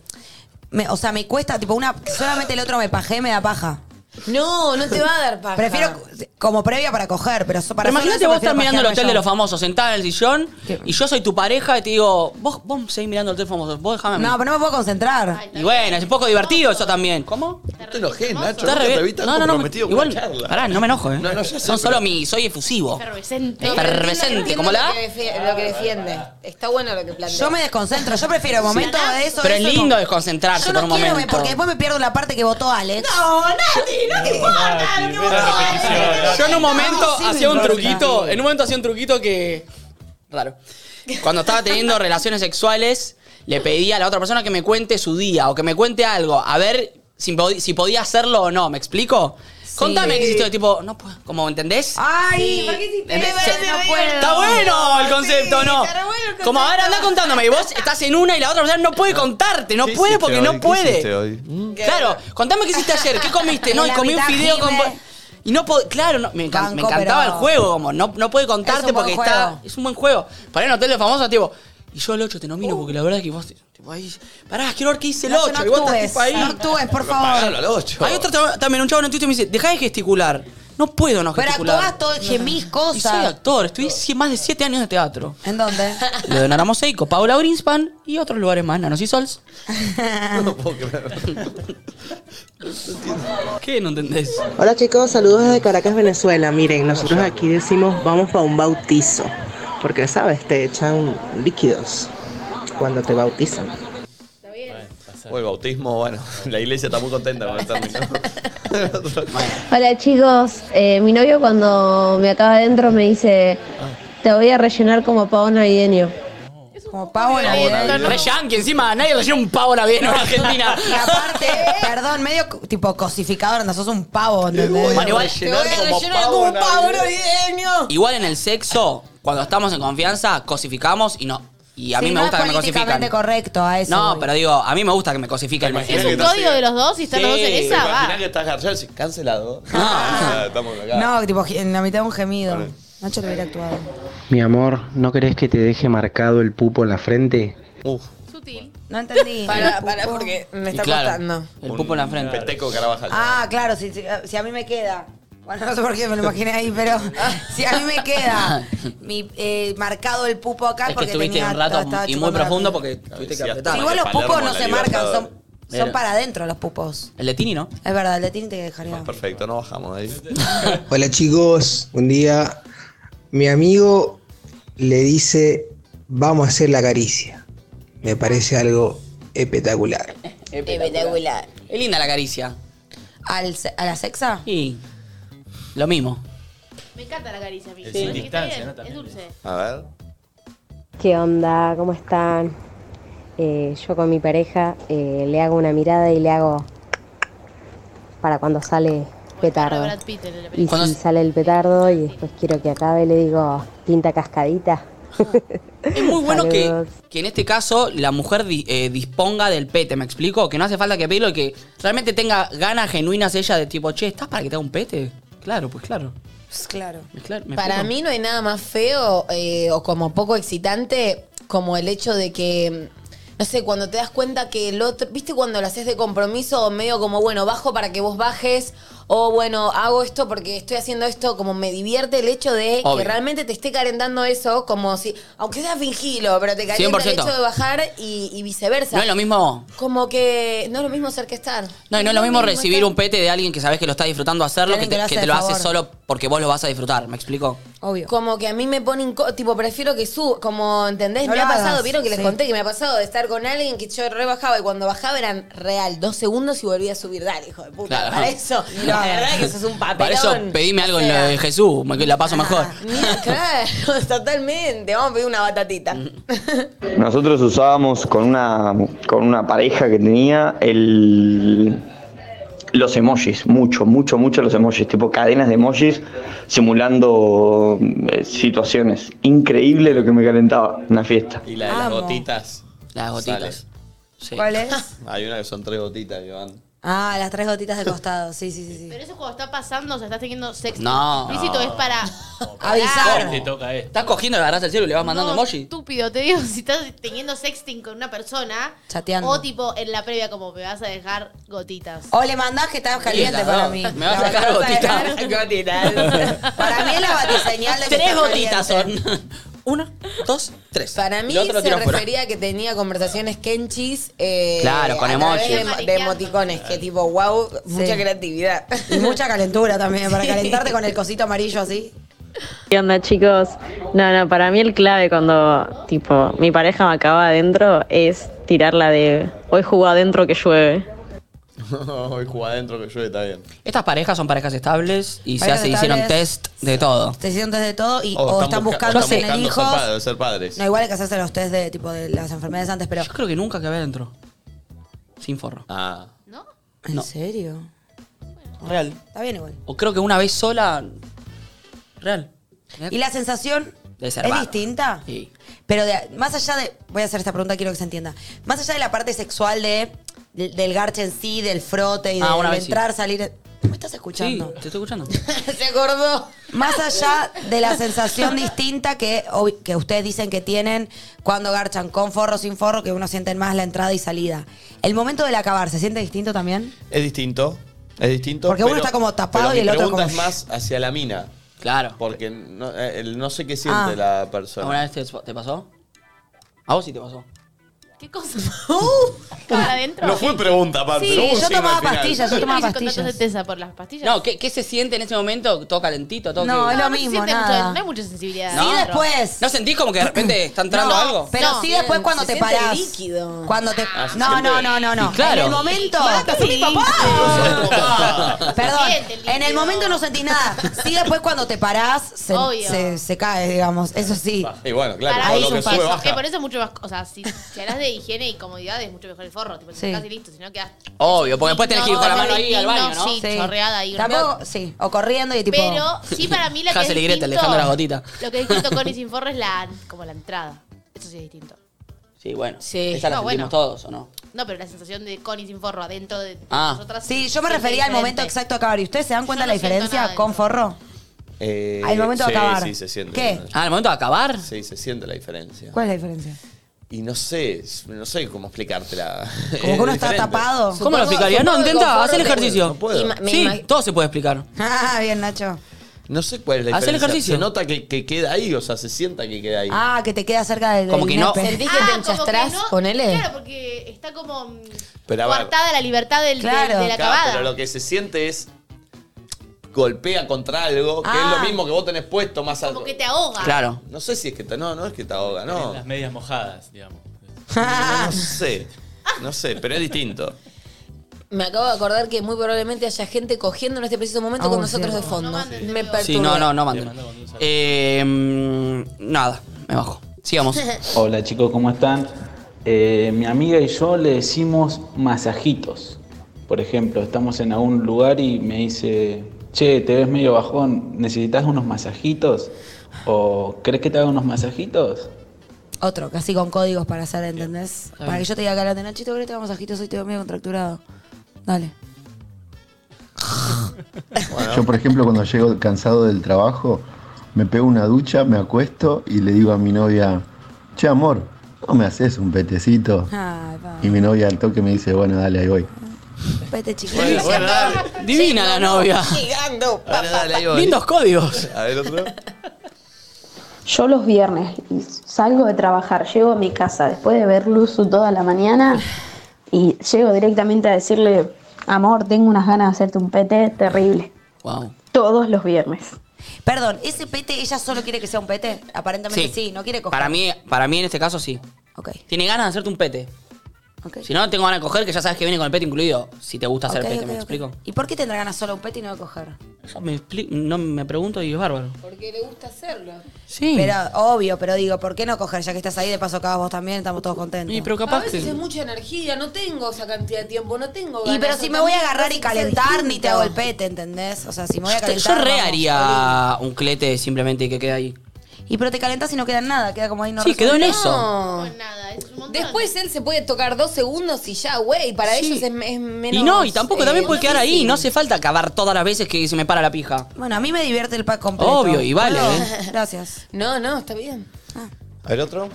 S2: me- o sea, me cuesta, tipo, una solamente el otro me pajé, me da paja.
S5: No, no te va a dar paja.
S2: Prefiero como previa para coger, pero so- para
S3: Pero
S2: solo
S3: imagínate
S2: eso
S3: vos
S2: prefiero
S3: estar mirando el
S2: pajearme
S3: hotel
S2: yo.
S3: de los famosos, sentada en el sillón, y yo soy tu pareja y te digo, vos, vos seguís mirando el hotel famoso, vos dejame a mí.
S2: No, pero no me puedo concentrar.
S3: Y bueno, es un poco divertido eso también. ¿Cómo?
S1: No te enojes, Nacho.
S3: Está
S1: nunca
S3: re
S1: te
S3: bien.
S1: vi tan
S3: No, no, no,
S1: comprometido con
S3: igual,
S1: la charla.
S3: Pará, no me enojo, ¿eh?
S1: No, no, ya sé,
S3: Son solo
S1: pero-
S3: mi... Soy efusivo.
S4: Efervescente.
S5: No, pero entiendo-
S3: Efervescente,
S5: entiendo
S3: como la-
S5: Lo que, defi- lo que defiende. Está bueno lo que plantea.
S2: Yo me desconcentro, yo prefiero el momento de eso.
S3: Pero es
S2: eso y
S3: lindo
S2: como-
S3: desconcentrarse
S2: Yo no
S3: por un
S2: quiero, me-
S3: momento.
S2: porque después me pierdo la parte que votó Alex.
S5: No, Nati, no te importa lo que vos
S3: Yo en un momento
S2: No, sí me
S3: hacía un
S2: importa.
S3: truquito, en un momento hacía un truquito que... Raro. Cuando estaba teniendo relaciones sexuales, le pedía a la otra persona que me cuente su día o que me cuente algo, a ver si, podi- si podía hacerlo o no, ¿me explico? Contame que hiciste tipo, no puedo, como entendés?
S2: Ay, ¿por qué hiciste
S3: Me
S2: eso?
S3: parece
S2: No
S3: bien.
S2: puedo.
S3: Está bueno el concepto, ¿no? Como ahora anda contándome y vos estás en una y la otra persona no puede contarte, no
S1: ¿Qué
S3: puede
S1: hiciste
S3: porque
S1: hoy?
S3: no
S1: ¿Qué
S3: puede.
S1: hiciste hoy?
S3: Claro, contame qué hiciste ayer, qué comiste, no, y
S2: La
S3: comí un
S2: mitad
S3: fideo con...
S2: gime.
S3: Y no pod- claro, no, me, encan- me
S2: Banco,
S3: encantaba
S2: pero-
S3: el juego, como no, no puede
S2: Es
S3: contarte
S2: un
S3: porque
S2: buen
S3: está...
S2: juego.
S3: Es un buen juego. Para ir a un hotel de famosos, tipo, y yo el 8 te nomino porque la verdad es que vos... Tipo, ahí, pará, quiero ver qué hice el
S2: No,
S3: 8,
S2: no
S3: y vos estás
S2: actúes,
S3: tipo ahí.
S2: no actúes, por favor.
S1: Pagalo al ocho.
S3: Hay otro tam- también, un chavo en Twitter me dice, dejá de gesticular. No puedo no
S2: Pero
S3: gesticular.
S2: actuás todo, gemís
S3: Y soy
S2: cosas.
S3: actor, estoy sie- más de siete años de teatro.
S2: ¿En dónde?
S3: Lo de Naramo Seiko, Paula Grinspan y otros lugares más, Nanos y Sols.
S2: No
S1: puedo creer.
S3: ¿Qué no entendés?
S9: Hola chicos, saludos desde Caracas, Venezuela. Miren, nosotros aquí decimos vamos para un bautizo, porque sabes, te echan líquidos cuando te bautizan.
S1: O el bautismo, bueno, la iglesia está muy contenta con el término.
S10: Hola chicos, Eh, mi novio cuando me acaba adentro me dice, te voy a rellenar como pavo navideño.
S2: Como pavo navideño.
S3: Re yankee, encima nadie le hacía un pavo navideño en Argentina.
S2: Y aparte, perdón, medio co- tipo cosificador, no sos un pavo, ¿entendés?
S3: Bueno, igual- Te voy a rellenar como
S2: un
S3: pavo
S2: navideño.
S3: Igual en el sexo, cuando estamos en confianza, cosificamos y no. Y a mí
S2: Sí,
S3: me
S2: no
S3: gusta
S2: es
S3: que me cosifican.
S2: políticamente correcto a eso.
S3: No,
S2: voy.
S3: pero digo, a mí me gusta que me cosifiquen.
S1: Imaginá que estás-
S4: dos y están los dos en esa,
S1: imaginá
S4: va.
S1: que estás garchado, sí, cancelado. Ah, Estamos acá.
S2: No, tipo, en la mitad de un gemido. Nacho lo hubiera actuado.
S23: Mi amor, ¿no querés que te deje marcado el pupo en la frente?
S2: No entendí.
S5: Para, para, porque me está costando.
S3: El pupo en la frente.
S1: Peteco Carabajal.
S2: Ah, claro, si, si- si a mí me queda. Bueno, no sé por qué me lo imaginé ahí, pero si a mí me queda mi, eh, marcado el pupo acá
S3: Es que
S2: porque
S3: estuviste
S2: tenía,
S3: un rato
S2: estaba
S3: y muy
S2: chupando la
S3: profundo
S2: pija.
S3: porque tuviste que
S2: Sí,
S3: apretar.
S2: Igual los pupos no se marcan, son, son
S3: Era.
S2: para adentro los pupos.
S3: El de Tini, ¿no?
S2: Es verdad, el de Tini te dejaría.
S1: Perfecto, no bajamos de ahí.
S10: Hola chicos, buen día. Mi amigo le dice, vamos a hacer la caricia. Me parece algo espectacular.
S2: Espectacular.
S3: Es linda la caricia.
S2: ¿Al, se- ¿A la sexa?
S3: Sí. Lo mismo.
S4: Me encanta la caricia, a mí.
S6: El
S4: Sí.
S6: sin
S4: Está
S6: distancia,
S4: bien,
S6: ¿no?
S4: Es dulce.
S1: A ver.
S10: ¿Qué onda? ¿Cómo están? Eh, yo con mi pareja eh, le hago una mirada y le hago para cuando sale petardo.
S4: Brad Pitt en la
S10: Y
S4: película.
S10: si sale el petardo y después quiero que acabe, le digo pinta cascadita.
S3: Es muy bueno que, que en este caso la mujer di- eh, disponga del pete, ¿me explico? Que no hace falta que pedirlo y que realmente tenga ganas genuinas ella de tipo, che, ¿estás para que te haga un pete? Claro, pues claro.
S5: Claro.
S3: claro me
S5: Para
S3: explico.
S5: mí no hay nada más feo eh, o como poco excitante como el hecho de que, no sé, cuando te das cuenta que el otro, viste cuando lo haces de compromiso medio como, bueno, bajo para que vos bajes o bueno, hago esto porque estoy haciendo esto, como me divierte el hecho de que
S3: Obvio.
S5: realmente te esté calentando eso, como si, aunque sea fingilo, pero te calienta el
S3: 100%.
S5: hecho de bajar y, y viceversa.
S3: No es lo mismo.
S5: Como que no es lo mismo ser que estar.
S3: No, y no es lo mismo recibir un pete de alguien que sabes que lo está disfrutando hacerlo que
S5: Alguien
S3: te,
S5: que lo
S3: que
S5: hace
S3: te
S5: de
S3: lo hace
S5: favor.
S3: solo porque vos lo vas a disfrutar, ¿me explico?
S5: Obvio. Como que a mí me ponen, co- tipo, prefiero que su, como, ¿entendés?
S2: No
S5: me
S2: lo
S5: ha
S2: hagas,
S5: pasado, vieron que les
S2: sí.
S5: conté que me ha pasado de estar con alguien que yo rebajaba y cuando bajaba eran real, dos segundos y volvía a subir. Dale, hijo de puta,
S3: Claro.
S5: para eso.
S3: Ni lo
S5: La
S3: hagas.
S5: verdad que eso es un
S6: Ah,
S5: papelón.
S3: Para eso pedime algo en lo de Jesús, me- que la paso mejor.
S5: Mira, claro, totalmente. Vamos a pedir una batatita.
S3: Mm.
S24: Nosotros usábamos con una, con una pareja que tenía el, los emojis, mucho, mucho, mucho los emojis, tipo cadenas de emojis simulando eh, situaciones. Increíble lo que me calentaba una fiesta.
S1: Y la de las
S2: Amo.
S1: gotitas.
S3: Las
S1: gotitas.
S2: ¿Cuál es?
S1: Hay una que son tres gotitas que van.
S2: Ah, las tres gotitas de costado. Sí, sí, sí. sí.
S4: Pero eso cuando está pasando, o sea, estás teniendo sexo.
S3: No.
S4: Lícito es para.
S3: Avisar.
S6: Te toca eh. esto.
S3: Estás cogiendo, le agarrás el cielo y le vas mandando
S4: No,
S3: emoji.
S4: Estúpido, te digo, si estás teniendo sexting con una persona.
S2: Chateando.
S4: O tipo en la previa, como me vas a dejar gotitas.
S2: O le mandás que estás caliente para mí.
S3: Me vas a sacar gotitas.
S2: Para mí es la batiseñal de que
S5: Tres
S2: estás
S5: gotitas
S2: caliente.
S3: Dos, tres.
S5: Para mí
S3: El otro lo
S5: se
S3: tiran fuera.
S5: refería a que tenía conversaciones kenchis eh,
S3: Claro, con
S5: a través
S3: emojis.
S5: De, de emoticones, que tipo, wow, mucha creatividad.
S2: Y mucha calentura también, para
S5: Sí.
S2: calentarte con el cosito amarillo así.
S21: ¿Qué onda, chicos? No, no, para mí el clave cuando, tipo, mi pareja me acaba adentro es tirarla de hoy jugó adentro que llueve.
S1: Hoy juega adentro que llueve, está bien.
S3: Estas parejas son parejas estables y se
S2: Parejas
S3: hace, hicieron
S2: estables.
S3: test de todo.
S2: Te hicieron test de todo y
S1: O
S2: o están buscando
S1: están
S2: tener
S1: buscando
S2: hijos.
S1: Ser padres, Ah, ser padres.
S2: No, igual hay que hacerse los test de tipo de las enfermedades antes, pero.
S3: Yo creo que nunca acabé adentro. Sin forro.
S1: Ah.
S2: ¿En serio?
S3: Real.
S2: Está bien igual.
S3: O creo que una vez sola. Real.
S2: ¿Y la sensación
S3: Debe ser
S2: es
S3: bárbaro.
S2: distinta?
S3: Sí.
S2: Pero de- más allá de. Voy a hacer esta pregunta, quiero que se entienda. Más allá de la parte sexual de, del- del garche en sí, del frote y
S3: Ah,
S2: del
S3: una vez sí.
S2: entrar, salir. ¿Me estás escuchando?
S3: Sí, te estoy escuchando.
S5: Se acordó.
S2: Más allá de la sensación distinta que, obvi- que ustedes dicen que tienen cuando garchan con forro, sin forro, que uno siente más la entrada y salida. ¿El momento del acabar se siente distinto también?
S1: Es distinto.
S25: Es distinto.
S2: Porque uno
S25: pero-
S2: está como tapado
S1: pero
S2: y el
S1: mi
S2: otro
S1: pregunta
S2: como-
S1: es más hacia la mina.
S3: Claro.
S1: Porque no, eh, el- no sé qué siente
S3: Ah.
S1: la persona.
S3: ¿Alguna vez te, te pasó? A vos sí te pasó.
S4: ¿Qué cosa? Uh, adentro.
S1: No fue pregunta, aparte.
S4: Sí,
S1: hubo un
S4: yo
S1: signo
S4: tomaba
S1: al final.
S4: pastillas, yo tomaba
S3: Hice
S4: pastillas.
S3: contacto de
S4: certeza por las pastillas.
S3: No, ¿qué, qué se siente en ese momento? ¿Todo calentito? Todo
S4: No,
S3: que-
S4: es lo No, no se mismo, siente mucho- nada. no hay mucha sensibilidad Sí, adentro. después.
S3: ¿No sentís como que de repente está entrando
S2: No,
S3: algo?
S2: Pero sí después cuando te parás. Cuando te.
S3: Ah, se
S2: No,
S3: siente-
S2: no, no, no, no.
S3: Sí, claro.
S2: En el momento.
S3: Mata,
S2: ¡Sos mi papá! Perdón.
S4: siente
S2: En el momento no sentís nada. Sí después cuando te parás, se,
S4: Obvio.
S2: se, se cae, digamos. Eso sí.
S1: Y bueno, claro,
S4: Para
S1: todo
S4: ahí
S1: lo
S4: es un
S1: que sube
S4: paso.
S1: baja.
S4: Eh, por eso es mucho más. O sea, si, si hablas de higiene y comodidad, es mucho mejor el forro. Tipo,
S2: Sí.
S4: te sacás y listo, si no quedas.
S3: Obvio, porque después tenés que ir con la mano ahí al baño, ¿no?
S4: Sí, chorreada ahí.
S2: Tampoco, sí. O corriendo y tipo.
S4: Pero sí, para mí lo que es
S3: Hansel y Gretel,
S4: distinto-
S3: dejando la gotita.
S4: Lo que es distinto con y sin forro es la, como la entrada. Eso sí es distinto.
S3: Sí, bueno.
S4: Sí.
S3: Esa la
S4: No,
S3: sentimos
S4: bueno.
S3: todos, ¿o no?
S4: No, pero la sensación de con y sin forro adentro de
S3: Ah.
S4: nosotras.
S2: Sí, yo me
S4: siempre
S2: refería al
S4: diferente.
S2: momento exacto de acabar. ¿Y ustedes se dan cuenta
S4: no
S2: de la
S4: siento nada
S2: diferencia
S4: de
S2: con forro?
S1: Eh,
S2: Al momento de
S1: sí,
S2: acabar.
S1: Sí, se siente.
S2: ¿Qué?
S3: Ah, al momento de acabar.
S1: Sí, se siente la diferencia.
S2: ¿Cuál es la diferencia?
S1: Y no sé, no sé cómo explicártela.
S2: Como que uno está tapado.
S3: ¿Cómo lo explicaría? No, intenta, hacer ejercicio.
S1: No puedo. Ima- me
S3: Sí,
S1: imag-
S3: todo se puede explicar.
S2: Ah, bien, Nacho.
S1: No sé cuál es la
S3: Hacer
S1: diferencia.
S3: ejercicio.
S1: Se nota que, que queda ahí, o sea, se sienta que queda ahí.
S2: Ah, que te queda cerca del.
S1: Como
S2: del
S1: que no-
S2: nepe.
S1: ¿Sentís
S4: Ah, como que no-
S2: con él?
S4: Claro, porque está como mm,
S1: Pero a ver.
S4: coartada la libertad del, de- de, la
S1: Claro,
S4: acabada.
S1: Pero lo que se siente es golpea contra algo, que
S4: Ah.
S1: es lo mismo que vos tenés puesto más alto.
S4: Como que te ahoga.
S1: No sé si es que te, no, no es que te ahoga, no.
S26: Tenés las medias mojadas, digamos.
S1: No, no sé. No sé, pero es distinto.
S5: Me acabo de acordar que muy probablemente haya gente cogiendo en este preciso momento
S3: Oh,
S5: con nosotros
S3: sí.
S5: de fondo. Me perturba.
S3: Sí, no, no, no mando. Eh, mm, nada, me bajo. Sigamos.
S6: Hola chicos, ¿cómo están? Eh, mi amiga y yo le decimos masajitos. Por ejemplo, estamos en algún lugar y me dice, che, te ves medio bajón, ¿necesitas unos masajitos? ¿O crees que te haga unos masajitos?
S2: Otro, casi con códigos para hacer, ¿entendés? Para
S6: bien.
S2: que yo te diga cara de Nachito, que te vamos a ajitos hoy te veo medio contracturado. Dale.
S13: Yo, por ejemplo, cuando llego cansado del trabajo, me pego una ducha, me acuesto y le digo a mi novia, che, amor, ¿no me haces un petecito?
S2: Ay, va.
S3: Mm.
S13: Y mi novia al toque me dice, bueno, dale, ahí voy.
S2: Vete, chiquito.
S3: Bueno, bueno, dale. Divina la novia.
S5: Llegando,
S1: Bueno, dale, ahí voy.
S3: Lindos códigos.
S1: A ver, otro.
S24: Yo los viernes salgo de trabajar, llego a mi casa después de ver Luzu toda la mañana y llego directamente a decirle, amor, tengo unas ganas de hacerte un PT terrible.
S3: Wow.
S24: Todos los viernes.
S2: Perdón, ¿ese pete ella solo quiere que sea un pete? Aparentemente
S3: Sí.
S2: sí, no quiere coger.
S3: Para mí, para mí en este caso sí.
S2: Ok.
S3: Tiene ganas de hacerte un pete. Si no, tengo ganas de coger, que ya sabes que viene con el pete incluido. Si te gusta hacer
S2: Ok,
S3: pete,
S2: ok,
S3: ¿me
S2: ok.
S3: explico?
S2: ¿Y por qué tendrá ganas solo un pete y no de coger?
S3: Yo me, expli- no, me pregunto y es bárbaro.
S5: Porque le gusta hacerlo.
S3: Sí.
S2: Pero, obvio, pero digo, ¿por qué no coger? Ya que estás ahí, de paso acá vos también, estamos todos contentos.
S3: Y pero
S5: a veces es mucha energía, no tengo esa cantidad de tiempo, no tengo ganas.
S2: Y pero si me voy a agarrar y calentar, ni te hago el pete, ¿entendés? O sea, si me voy a
S3: Yo, te- yo
S2: calentar.
S3: re
S2: vamos.
S3: haría un clete simplemente que queda ahí.
S2: Y pero te calentás y no queda en nada, queda como ahí no
S3: Sí, quedó en
S2: resuelto.
S3: eso.
S5: Después él se puede tocar dos segundos y ya, güey. Para ellos es, es menos.
S3: y no, y tampoco
S5: eh,
S3: también puede quedar ahí.
S5: difícil.
S3: No hace falta acabar todas las veces que se me para la pija.
S2: Bueno, a mí me divierte el pack completo.
S3: Obvio, y vale,
S2: No,
S3: ¿eh?
S2: Gracias.
S5: No, no, está bien.
S1: A ver, otro.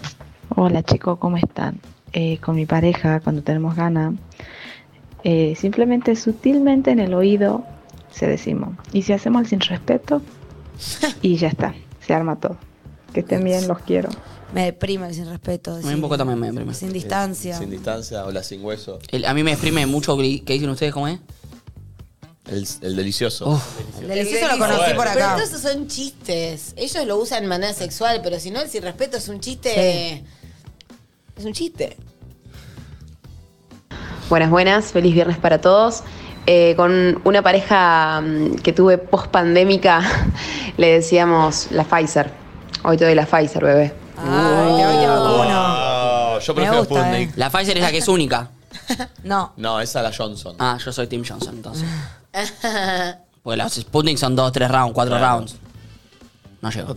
S27: Hola chicos, ¿cómo están? Eh, con mi pareja, cuando tenemos ganas, eh, simplemente sutilmente en el oído se decimos. Y si hacemos el sin respeto, y ya está, se arma todo. Que estén bien, los quiero.
S2: Me deprime el sin respeto.
S3: mí un poco también me deprime.
S2: Sin distancia.
S1: Eh, Sin distancia o la sin hueso.
S3: El- a mí me exprime mucho gri- que dicen ustedes cómo es.
S1: El, el delicioso.
S2: El delicioso lo conocí
S5: Bueno.
S2: por acá.
S5: Pero todos esos son chistes. Ellos lo usan de manera sexual, pero si no, el sin respeto es un chiste. Es un chiste.
S28: Buenas, buenas, feliz viernes para todos. Eh, con una pareja mm, que tuve post pandémica, le decíamos la Pfizer. Hoy te doy la Pfizer, bebé.
S1: Ah, yo prefiero Sputnik.
S2: eh.
S3: La Pfizer es la que es única.
S2: No.
S1: No, esa es la Johnson.
S3: Ah, yo soy Tim Johnson entonces.
S2: Ah,
S3: Pues las Sputnik son dos, tres rounds, cuatro rounds. No llego.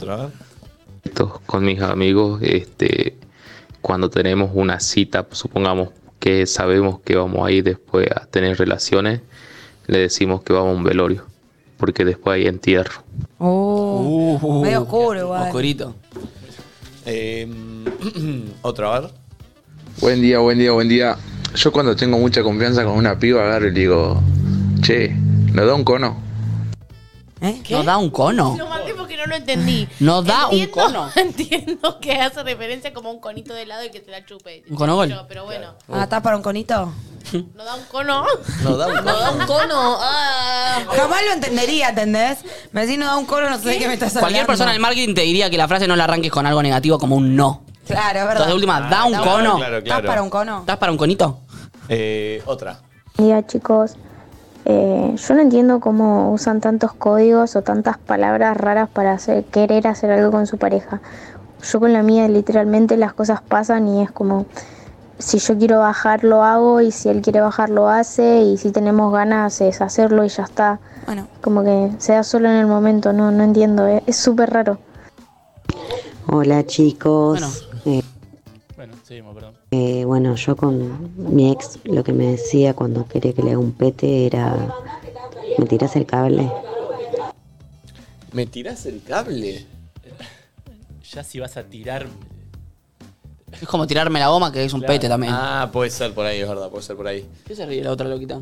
S29: Estos con mis amigos, este, cuando tenemos una cita, supongamos que sabemos que vamos a ir después a tener relaciones, le decimos que vamos a un velorio, porque después hay entierro.
S2: Oh,
S3: Uh,
S2: medio oscuro igual.
S3: Oscurito.
S7: Em,
S1: otro, a ver.
S30: Buen día, buen día, buen día. Yo cuando tengo mucha confianza con una piba agarro y le digo, che,
S23: ¿Nos da un cono?
S3: ¿Nos da un cono?
S4: Lo marqué porque no lo entendí.
S3: ¿Nos da un
S4: Entiendo-
S3: cono?
S4: Entiendo que hace referencia como un conito de helado y que te la chupe.
S3: Un conogol.
S4: Yo, Pero bueno,
S2: Ah, ¿estás para un conito?
S4: no da un cono.
S2: No da un
S5: No da un cono.
S2: Jamás lo entendería, ¿entendés? Me decís no da un coro, no sé de qué me estás hablando.
S3: Cualquier persona del marketing te diría que la frase no la arranques con algo negativo como un no.
S2: Claro, es verdad.
S3: Entonces, de última, da un
S2: Claro,
S3: cono.
S2: claro, claro. Ah, ¿Estás para un cono?
S3: ¿Estás para un conito?
S1: Eh, otra.
S11: Mira chicos, Eh, yo no entiendo cómo usan tantos códigos o tantas palabras raras para hacer- querer hacer algo con su pareja. Yo con la mía literalmente las cosas pasan y es como, si yo quiero bajar lo hago y si él quiere bajar lo hace y si tenemos ganas es hacerlo y ya está. Como que se da solo en el momento, no, no entiendo, eh, es súper raro.
S15: Hola chicos. Eh,
S6: Bueno, seguimos, perdón.
S15: eh, bueno, yo con mi ex lo que me decía cuando quería que le haga un pete era, ¿me tiras el cable?
S7: ¿Me tirás el cable?
S6: Ya si vas a tirar.
S3: Es como tirarme la goma, que es un pete también.
S7: Ah, puede ser por ahí, es verdad, puede ser por ahí.
S3: ¿Qué se ríe la otra loquita?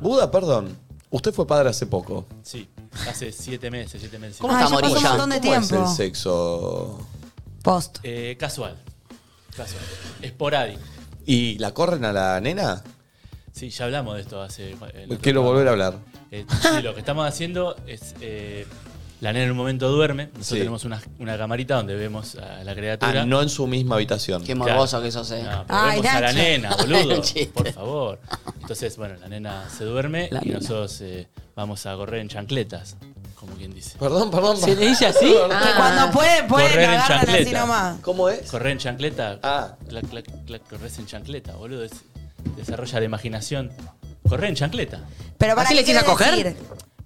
S1: Buda, perdón. Usted fue padre hace poco.
S6: Sí, hace siete meses, siete meses.
S1: ¿Cómo Ay, está, ya pasó Morilla? un montón de
S7: ¿Cómo es
S1: tiempo.
S7: el sexo?
S2: Post.
S6: Eh, casual. Casual. Esporádico.
S1: ¿Y la corren a la nena?
S6: Sí, ya hablamos de esto hace. el otro
S1: Quiero
S6: programa.
S1: volver a hablar.
S6: Eh, sí, lo que estamos haciendo es. eh, la nena en un momento duerme. Nosotros
S1: Sí.
S6: tenemos una, una camarita donde vemos a la criatura.
S1: Ah, no en su misma habitación.
S3: Qué morboso que sos, eh.
S6: No, pero
S3: Ay,
S6: vemos a la
S3: Nacho.
S6: nena, boludo.
S3: Un chiste.
S6: por favor. Entonces, bueno, la nena se duerme y nosotros eh, vamos a correr en chancletas. Como quien dice.
S1: Perdón, perdón.
S3: ¿Se le dice así?
S2: Que
S3: Ah.
S2: cuando pueden, pueden,
S6: Correr en
S2: agarran así
S6: chancleta.
S2: nomás.
S1: ¿Cómo es?
S6: Correr en chancleta. Ah. Clac, clac, clac, corres en chancleta, boludo. Es- desarrolla la imaginación. Correr en chancleta.
S2: Pero para
S3: ¿Así
S2: qué
S3: le quieres
S2: quiere
S3: coger?
S2: decir?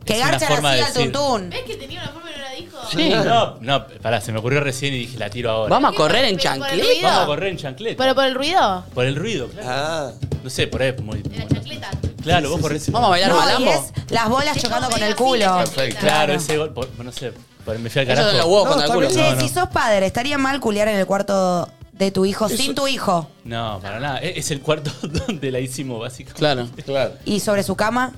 S2: Que
S6: Es una
S2: garchan
S6: forma
S2: así
S6: de
S2: al
S6: decir.
S2: tuntún.
S4: ¿Ves que tenía una forma y no la dijo?
S6: No, no, pará, se me ocurrió recién y dije, la tiro ahora.
S3: Vamos a correr en
S4: Pero por el
S3: chancleta.
S4: ruido.
S6: Vamos a correr en chancleta.
S4: ¿Pero por el ruido?
S6: Por el ruido, claro. No sé, por ahí es muy.
S4: En la chancleta.
S6: Claro, vos corres.
S3: Vamos a bailar
S2: No,
S3: malambo.
S2: y es las bolas chocando con el culo.
S6: Perfecto. Claro, ese gol. por- no sé, por- me fui al
S3: Eso
S6: carajo.
S3: de los huevos No, contra el
S2: Che, si sos padre, ¿estaría mal culiar en el cuarto de tu hijo sin tu hijo?
S6: No, para nada. Es es el cuarto donde la hicimos, básicamente.
S3: Claro,
S6: claro.
S2: ¿Y sobre su cama?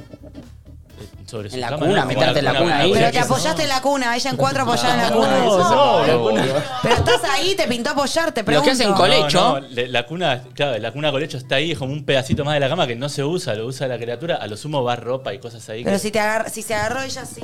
S6: Sobre su
S3: En la
S6: cama,
S3: cuna,
S6: ¿no?
S3: meterte en la cuna ahí.
S2: Pero te apoyaste en la cuna, ella en cuatro apoyada en la
S6: No,
S2: cuna.
S6: no, la cuna.
S2: Pero estás ahí, te pintó apoyarte, pregunto.
S6: No, no, le- la cuna, claro, la cuna colecho está ahí, es como un pedacito más de la cama que no se usa, lo usa la criatura, a lo sumo va ropa y cosas ahí.
S2: Pero
S6: que-
S2: si, te agarra, si se agarró ella así,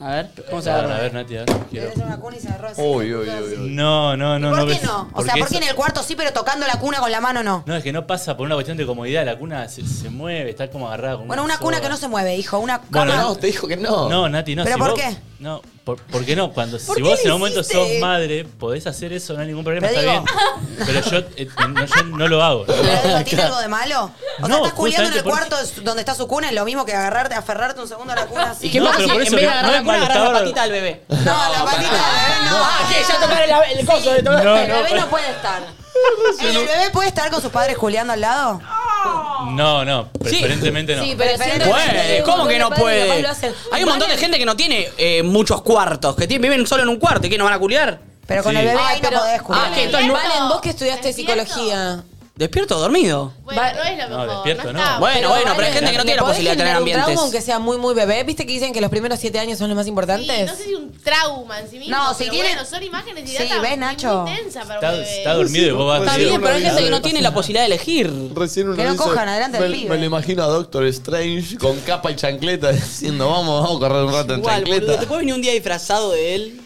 S3: A ver, ¿cómo se
S6: A ver,
S3: agarra?
S6: A ver, Nati, a ver. Quiero-
S2: tenés una cuna y se agarró así.
S6: Uy, uy, uy, uy. No, no, no, no.
S2: ¿Por qué
S6: ves-
S2: no? O
S6: porque
S2: sea, ¿por
S6: eso-
S2: qué en el cuarto sí, pero tocando la cuna con la mano no?
S6: No, es que no pasa por una cuestión de comodidad, la cuna se, se mueve, está como agarrada como
S2: Bueno, una cuna que no se mueve, hijo, una cama.
S6: te dijo que no. No, Nati, no.
S2: ¿Pero
S6: si
S2: por
S6: vos-
S2: qué?
S6: No, por, ¿por qué no? Cuando,
S2: ¿Por
S6: si
S2: qué
S6: vos en
S2: lo
S6: un momento sos
S2: hiciste?
S6: madre, podés hacer eso, no hay ningún problema,
S2: Pero
S6: está
S2: digo-
S6: bien. Pero yo, eh, no, yo no lo hago.
S2: Pero, ¿Tiene algo de malo? O sea,
S6: No,
S2: estás culiando en
S6: justamente
S2: el
S6: por
S2: cuarto donde está su cuna, es lo mismo que agarrarte, aferrarte un segundo a la cuna así.
S3: ¿Y qué pasa si en vez de agarrar la cuna, agarras la patita del bebé? No,
S2: la patita del bebé no.
S3: Ah, que ya tocar el, el coso. de
S2: No, el
S3: tocar-
S2: bebé no puede estar. ¿El bebé puede estar con sus padres culiando al lado?
S6: No, no, preferentemente no.
S5: Sí, pero siento
S3: Puede, ¿cómo que no
S5: Los padres y los
S3: puede?
S5: papás lo hacen.
S3: Hay un montón de gente que no tiene eh, muchos cuartos, que tiene- viven solo en un cuarto y que no van a culiar.
S2: Pero con Sí. el bebé ahí no podés culiar.
S3: Ah, que entonces no-
S5: Valen, vos que estudiaste psicología.
S3: ¿Despierto o dormido?
S5: Bueno, no es lo mejor.
S3: despierto no. Bueno, bueno, pero hay gente que no tiene la posibilidad de tener
S5: Un
S3: ambientes.
S5: trauma aunque sea muy, muy bebé. ¿Viste que dicen que los primeros siete años son los más importantes?
S4: No sé si un trauma en sí mismo.
S2: No, si
S4: pero
S2: tiene-
S4: Bueno, son imágenes y
S2: Sí,
S4: data
S2: ves,
S4: muy
S2: Nacho.
S4: intensa para
S6: Está,
S4: un bebé.
S6: está dormido y vos vas
S3: Está
S6: a decir-
S3: bien, pero hay gente que no tiene la posibilidad de elegir.
S7: Recién uno
S2: Que no
S7: dice,
S2: cojan adelante
S7: me,
S2: al pibe.
S7: me lo imagino a Doctor Strange con capa y chancleta diciendo, vamos, vamos a correr un rato en
S3: Igual, boludo, te
S7: chancleta.
S3: puede venir un día disfrazado de él.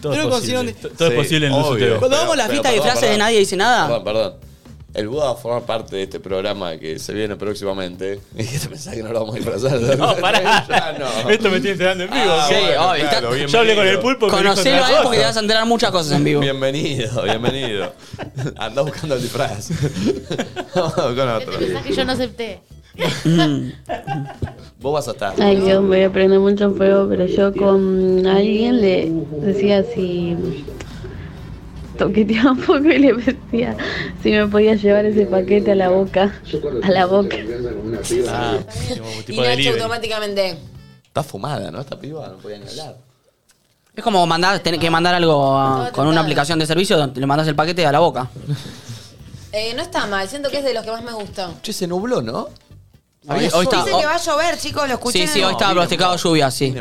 S6: Todo
S3: Yo
S6: es
S3: no consigo
S6: posible.
S3: ni-
S6: T- Todo es
S7: Sí,
S6: posible en Luzu
S7: obvio.
S6: TV.
S3: Cuando vamos a las
S7: Pero,
S3: fiestas de
S7: perdón,
S3: disfraces de
S7: perdón.
S3: nadie dice nada.
S7: Perdón, perdón. El Buda va a formar parte de este programa que se viene próximamente. Y que te pensás que no lo vamos a disfrazar.
S6: No, pará.
S7: Ya no.
S6: Esto me estoy enterando en vivo.
S7: Ah,
S3: Sí,
S7: bueno,
S3: obvio,
S7: claro,
S3: está-
S7: bienvenido.
S6: Yo hablé con el pulpo. me dijo
S3: Conocelo
S6: otra
S3: a él porque
S6: cosa.
S3: te vas a enterar muchas cosas en vivo.
S7: Bienvenido, bienvenido. Andá buscando el disfraz. Vamos con
S4: Este
S7: otro.
S4: mensaje yo no acepté.
S3: Mm.
S7: Vos vas a estar.
S11: Ay Dios, me voy a prender mucho fuego, pero yo con alguien le decía si toqueteaba un poco y le decía si me podía llevar ese paquete a la boca, a la boca.
S7: Ah,
S5: Y Nacho automáticamente.
S7: Está fumada, ¿no? Esta piba no podía ni hablar.
S3: Es como mandar, tener que mandar algo a- con una aplicación de servicio, donde le mandas el paquete a la boca.
S5: Eh, no está mal, siento que es de los que más me gustan.
S7: Che, se nubló, ¿no?
S3: Hoy, hoy está, oh.
S2: Dice que va a llover, chicos, lo escuché.
S3: sí, sí, hoy estaba pronosticado lluvia, sí.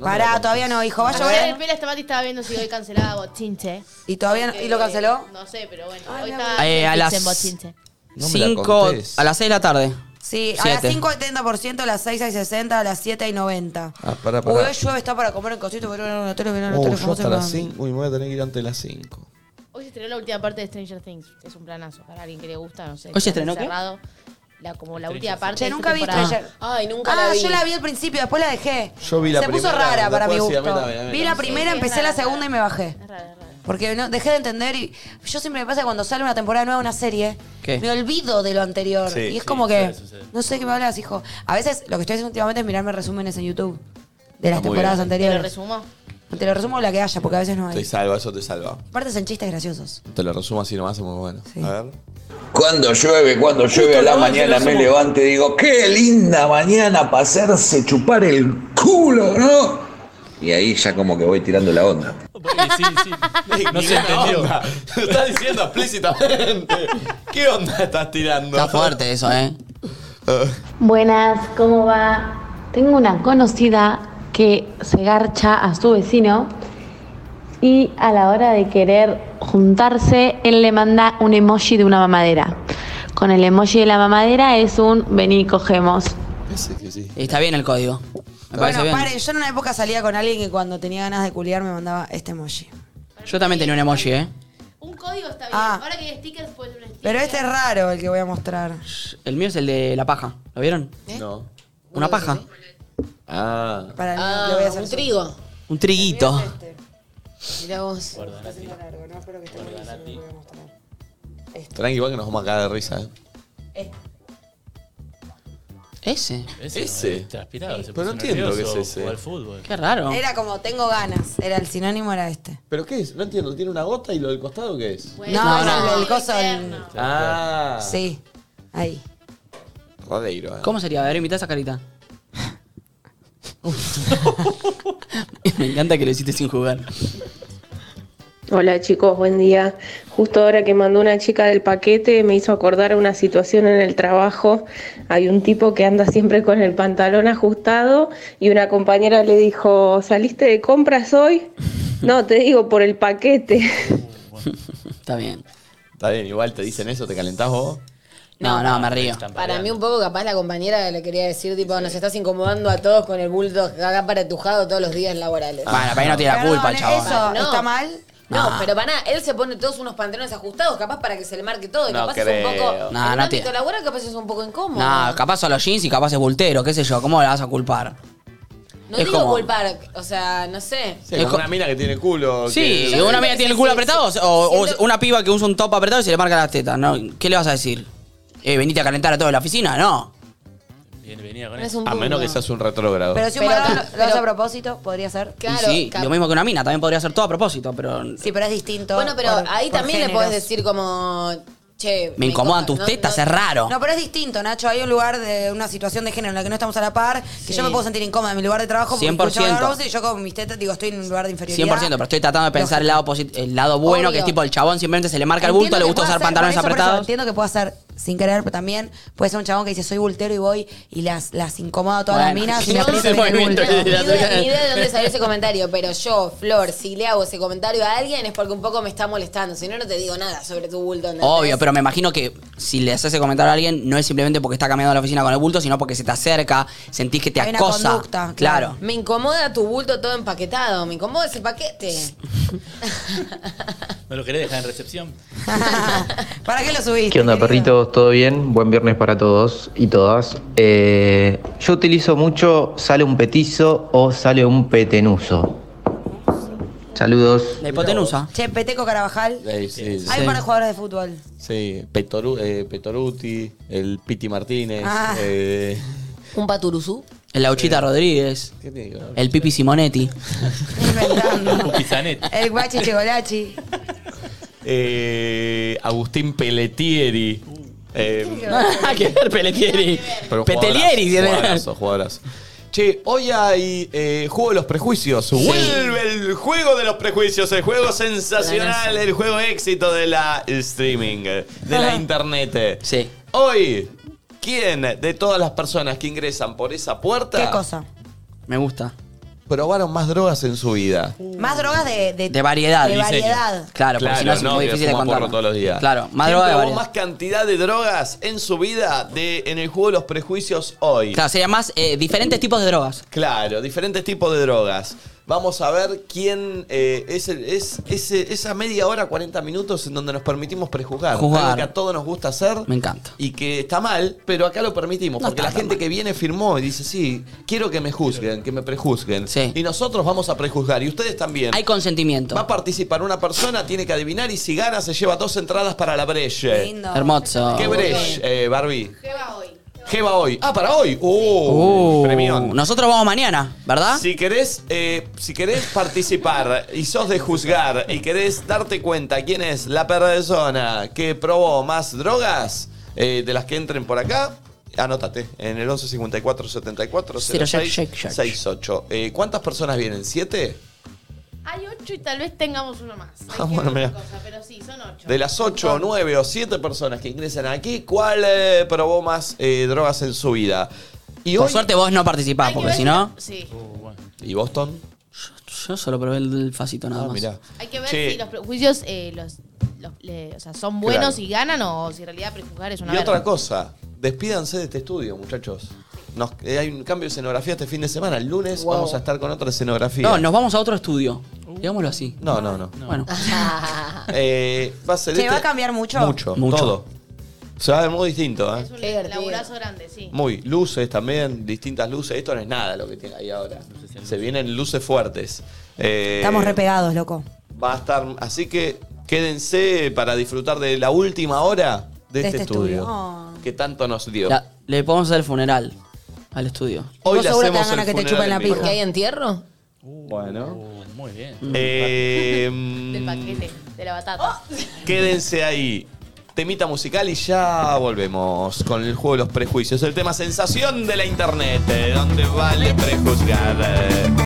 S2: Pará, todavía no, hijo, va a
S4: Ayer
S2: llover.
S4: el Pela Estamati estaba viendo si hoy cancelaba Eh, Bochinche.
S2: ¿Y todavía no- y lo canceló?
S4: No sé, pero bueno. hoy está
S3: Eh, a
S4: Netflix
S3: las
S4: en Bochinche.
S24: No me la
S3: 5,
S24: contés.
S3: a las 6 de la tarde.
S2: Sí, a las
S3: Siete.
S2: 5 hay 30%, a las 6 hay 60, a las 7 hay 90.
S24: Ah, pará,
S2: Uy,
S24: pará.
S2: hoy llueve, está para comer en cosito, pero en un hotel, pero en un
S24: Oh,
S2: hotel.
S24: yo
S2: ¿cómo se
S24: hasta las
S2: llama?
S24: 5. Uy, me voy a tener que ir antes de las 5.
S4: Hoy se estrenó la última parte de Stranger Things. Es un planazo. Para alguien que le gusta, no sé.
S2: ¿Hoy
S4: que
S2: se
S4: anda
S2: estrenó qué?
S4: encerrado. La, como la última
S2: Stranger
S4: parte.
S2: Things.
S4: de esta
S2: Nunca vi
S4: temporada.
S2: Stranger.
S5: Ay, nunca
S2: ah,
S5: la vi.
S2: yo la vi al principio, después la dejé.
S24: Yo vi la
S2: Se puso
S24: primera,
S2: rara para mi
S24: después sí, a
S2: gusto.
S24: mí también, a mí
S2: vi la
S24: también.
S2: primera, empecé la segunda y me bajé. Porque no, dejé de entender y yo siempre me pasa cuando sale una temporada nueva de una serie,
S3: ¿Qué?
S2: me olvido de lo anterior.
S3: Sí,
S2: y es
S3: sí,
S2: como que,
S3: sucede, sucede.
S2: no sé de qué me hablas, hijo. A veces lo que estoy haciendo últimamente es mirarme resúmenes en YouTube de las
S1: Ah, muy
S2: temporadas
S1: bien.
S4: ¿Te
S2: anteriores.
S4: lo resumo?
S2: Te lo resumo la que haya, porque a veces no
S1: Te
S2: hay.
S1: salva, eso te salva.
S2: Partes en chistes graciosos.
S1: Te lo resumo así nomás, es muy bueno. A ver.
S20: Cuando llueve, cuando llueve a la mañana me levanto y digo, qué linda mañana para hacerse chupar el culo, ¿no? Y ahí ya como que voy tirando la onda.
S6: Sí, sí. No se entendió.
S1: Lo estás diciendo explícitamente. ¿Qué onda estás tirando?
S3: Está fuerte eso, ¿eh?
S31: Buenas, ¿cómo va? Tengo una conocida que se garcha a su vecino y a la hora de querer juntarse, él le manda un emoji de una mamadera. Con el emoji de la mamadera es un vení, cogemos.
S3: Y está bien el código. Me parece
S2: Bueno,
S3: bien.
S2: pare, yo en una época salía con alguien que cuando tenía ganas de culiar me mandaba este emoji.
S3: Yo también tenía un emoji, ¿eh?
S4: Un código está bien. Ahora que hay stickers, puede ser un sticker.
S2: Ah. Pero este es raro el que voy a mostrar. ¿Eh?
S3: El mío es el de la paja. ¿Lo vieron?
S1: No.
S3: ¿Una paja?
S1: Ah.
S2: Para
S5: Ah,
S2: le voy a hacer
S5: un
S2: zoom.
S5: trigo.
S3: Un triguito.
S5: Mirá vos.
S1: Tranqui, igual que nos vamos a cagar de risa. ¿eh?
S3: Ese.
S6: Ese.
S1: Ese.
S6: eh, Transpirado.
S1: Sí.
S6: se
S1: Pero
S6: puso
S1: no entiendo
S6: nervioso,
S1: qué es ese.
S6: jugó al fútbol.
S3: Qué raro.
S2: Era como tengo ganas. Era el sinónimo era este.
S1: ¿Pero qué es? No entiendo. ¿Tiene una gota y lo del costado qué es?
S2: No,
S3: No,
S2: es
S3: no.
S2: el del coso. el-
S1: Ah.
S2: Sí. Ahí.
S1: Rodeiro. ¿eh?
S3: ¿Cómo sería? A ver, imita esa carita. Me encanta que lo hiciste sin jugar.
S32: Hola chicos, buen día. Justo ahora que mandó una chica del paquete me hizo acordar una situación en el trabajo. Hay un tipo que anda siempre con el pantalón ajustado y una compañera le dijo, ¿saliste de compras hoy? No, te digo por el paquete.
S3: Está bien.
S1: Está bien, igual te dicen eso, te calentás vos.
S3: No, no, me río.
S5: Para mí un poco capaz la compañera le quería decir, tipo, nos estás incomodando a todos con el bulto acá paratujado todos los días laborales. Ah.
S3: Bueno, para ahí no tiene la culpa el chabón.
S2: eso, ¿está mal?
S5: No,
S3: No.
S5: pero para él se pone todos unos pantalones ajustados, capaz para que se le marque todo. Y
S3: No
S5: capaz
S3: creo.
S5: es un poco.
S3: No,
S5: en
S3: no
S5: un ámbito
S3: tiene-
S5: laboral capaz es un poco incómodo.
S3: No, capaz son los jeans y capaz es bultero, qué sé yo. ¿Cómo la vas a culpar?
S5: no
S3: es
S5: digo
S3: como-
S5: culpar, o sea, no sé.
S1: Sí, como
S3: co-
S1: una mina que tiene culo.
S3: Sí,
S1: que-
S3: una mina que tiene el culo apretado o- o, o una piba que usa un top apretado y se le marca las tetas. ¿no? ¿Qué le vas a decir? Eh, venite a calentar a toda la oficina, no.
S6: Venía con
S2: Pero es
S6: eso.
S2: un A menos que
S1: seas un retrógrado.
S2: Pero si un
S3: Pero
S2: varón
S3: acá-
S2: lo- lo hace a propósito, podría ser.
S3: Y sí,
S5: cap-
S3: lo mismo que una mina, también podría ser todo a propósito, pero
S2: Sí, pero es distinto.
S5: Bueno, pero
S2: por-
S5: ahí
S2: por
S5: también le
S2: géneros.
S5: podés decir como. Che.
S3: me incomodan tus
S5: no-
S3: tetas,
S5: no-
S3: es raro.
S2: No, pero es distinto, Nacho. Hay un lugar de una situación de género en la que no estamos a la par, que yo me puedo sentir incómoda en mi lugar de trabajo porque
S3: 100%.
S2: escucho hablar vos y yo con mis tetas digo, estoy en un lugar de inferioridad.
S3: 100%, pero estoy tratando de pensar el lado, posit- el lado bueno,
S2: Obvio.
S3: que es tipo el chabón simplemente se le marca el
S2: Entiendo
S3: bulto, le
S2: que
S3: gusta
S2: pueda
S3: usar
S2: ser- por
S3: pantalones
S2: eso, por eso,
S3: apretados.
S2: entiendo que pueda ser sin querer, pero también puede ser un chabón que dice, soy bultero y voy y las, las incomodo a todas
S3: Bueno,
S2: las minas y
S3: no
S2: me
S3: hice
S2: aprietan en el
S3: movimiento
S2: bulto.
S3: de la-
S5: Ni idea, ni idea de dónde salió ese comentario, pero yo, Flor, si le hago ese comentario a alguien es porque un poco me está molestando. Si no, no te digo nada sobre tu bulto. ¿entendés?
S3: Obvio, pero me imagino que si le haces ese comentario a alguien, no es simplemente porque está caminando a la oficina con el bulto, sino porque se te acerca, sentís que te
S5: Hay una
S3: acosa.
S5: conducta,
S3: claro.
S5: Me incomoda tu bulto todo empaquetado. Me incomoda ese paquete.
S6: ¿No lo querés dejar en recepción?
S2: ¿Para qué lo subiste?
S13: ¿Qué onda, perritos? ¿Todo bien? Buen viernes para todos y todas. Eh, yo utilizo mucho sale un petizo o sale un petenuso. Saludos.
S3: La hipotenusa.
S2: Che, Peteco Carabajal.
S1: Sí, sí, sí.
S2: Hay para jugadores de fútbol.
S1: Sí, Petoru- eh, Petoruti, el Piti Martínez.
S2: Ah.
S1: eh,
S5: Un paturuzú.
S3: El Lauchita Rodríguez.
S1: ¿Qué tiene que ver?
S3: El Pipi Simonetti.
S2: El Guachi Chegolachi.
S1: eh, Agustín Pelletieri. Eh,
S3: Nada que ver, Peletieri.
S1: pero
S3: Petelieri
S1: jugadorazo,
S3: tiene.
S1: jugadorazo, jugadorazo. Che, hoy hay eh, Juego de los Prejuicios. Vuelve el Juego de los Prejuicios, el juego sensacional,
S24: Buenazo.
S1: el juego éxito de la streaming, de la internet.
S3: Sí.
S1: Hoy, ¿Quién de todas las personas que ingresan por esa puerta?
S2: ¿Qué cosa?
S1: Me gusta. Probaron más drogas en su vida.
S2: Más drogas de... De,
S3: De variedad.
S2: De
S3: Diseño.
S2: variedad.
S3: Claro, porque si no es muy
S1: que
S3: difícil de
S1: fuma porro
S3: contar.
S1: todos los días.
S3: Claro, más
S1: ¿Quién
S3: droga de
S1: probó
S3: variedad.
S1: más cantidad de drogas en su vida de, en el juego de los prejuicios hoy?
S3: Claro, sería más eh, diferentes tipos de drogas.
S1: Claro, diferentes tipos de drogas. Vamos a ver quién eh, es, el- es- ese- esa media hora, 40 minutos en donde nos permitimos prejuzgar.
S3: Juzgar.
S1: Algo que a todos nos gusta hacer.
S3: Me encanta.
S1: Y que está mal, pero acá lo permitimos. porque la gente que viene firmó y dice, sí, quiero que me juzguen, que me prejuzguen. Y nosotros vamos a prejuzgar. Y ustedes también.
S3: Hay consentimiento.
S1: Va a participar una persona, tiene que adivinar y si gana se lleva dos entradas para la breche.
S2: Lindo.
S3: Hermoso.
S1: ¿Qué breche, eh, Barbie? Jeva hoy. Ah, para hoy. Uh,
S3: Uh,
S1: premión.
S3: Nosotros vamos mañana, ¿verdad?
S1: Si querés, eh, si querés participar y sos de juzgar y querés darte cuenta quién es la persona que probó más drogas eh, de las que entren por acá, anótate en el 11 54 74
S3: Cero,
S1: 06
S3: shake, shake, shake.
S1: 68. Eh, ¿Cuántas personas vienen? ¿Siete?
S4: Hay ocho y tal vez tengamos uno más. Hay
S1: Ah,
S4: que
S1: bueno,
S4: ver
S1: mira.
S4: cosa, pero sí, son ocho.
S1: De las 8, 9 o 7 personas que ingresan aquí, ¿cuál eh, probó más eh, drogas en su vida? Y
S3: Por
S1: hoy-
S3: suerte vos no participás, porque si no.
S4: Sí.
S1: ¿Y Boston?
S3: Yo solo probé el, el facito nada más.
S1: Ah, mirá.
S4: Hay que ver
S3: Che.
S4: si los prejuicios eh, los, los- le- o sea, son buenos
S1: Claro.
S4: y ganan o si en realidad prejuzgar es una
S1: Y
S4: verga.
S1: otra cosa, despídanse de este estudio, muchachos. Nos- eh, hay un cambio de escenografía este fin de semana. El lunes
S3: Wow.
S1: vamos a estar con otra escenografía.
S3: No, nos vamos a otro estudio. Digámoslo así.
S1: No, no, Uh. no.
S3: Bueno.
S1: Eh, va a ser
S2: ¿Se
S1: este-
S2: va a cambiar mucho?
S1: Mucho, todo. Se va a ver muy distinto, ¿eh?
S4: Es un
S2: Qué divertido.
S4: laburazo grande, sí.
S1: Muy, luces también, distintas luces. Esto no es nada lo que tiene ahí ahora. Se vienen luces fuertes. Eh,
S2: Estamos repegados, loco.
S1: Va a estar. Así que quédense para disfrutar de la última hora de, este, estudio. Que tanto nos dio.
S3: La- le podemos hacer el funeral al estudio.
S1: Hoy le hacemos el funeral en vivo.
S5: ¿Porque hay entierro?
S1: Bueno.
S6: Muy bien.
S1: Eh,
S4: Del paquete, de la batata.
S1: Quédense ahí. Temita musical y ya volvemos con el juego de los prejuicios. El tema sensación de la internet, eh, donde vale prejuzgar. eh.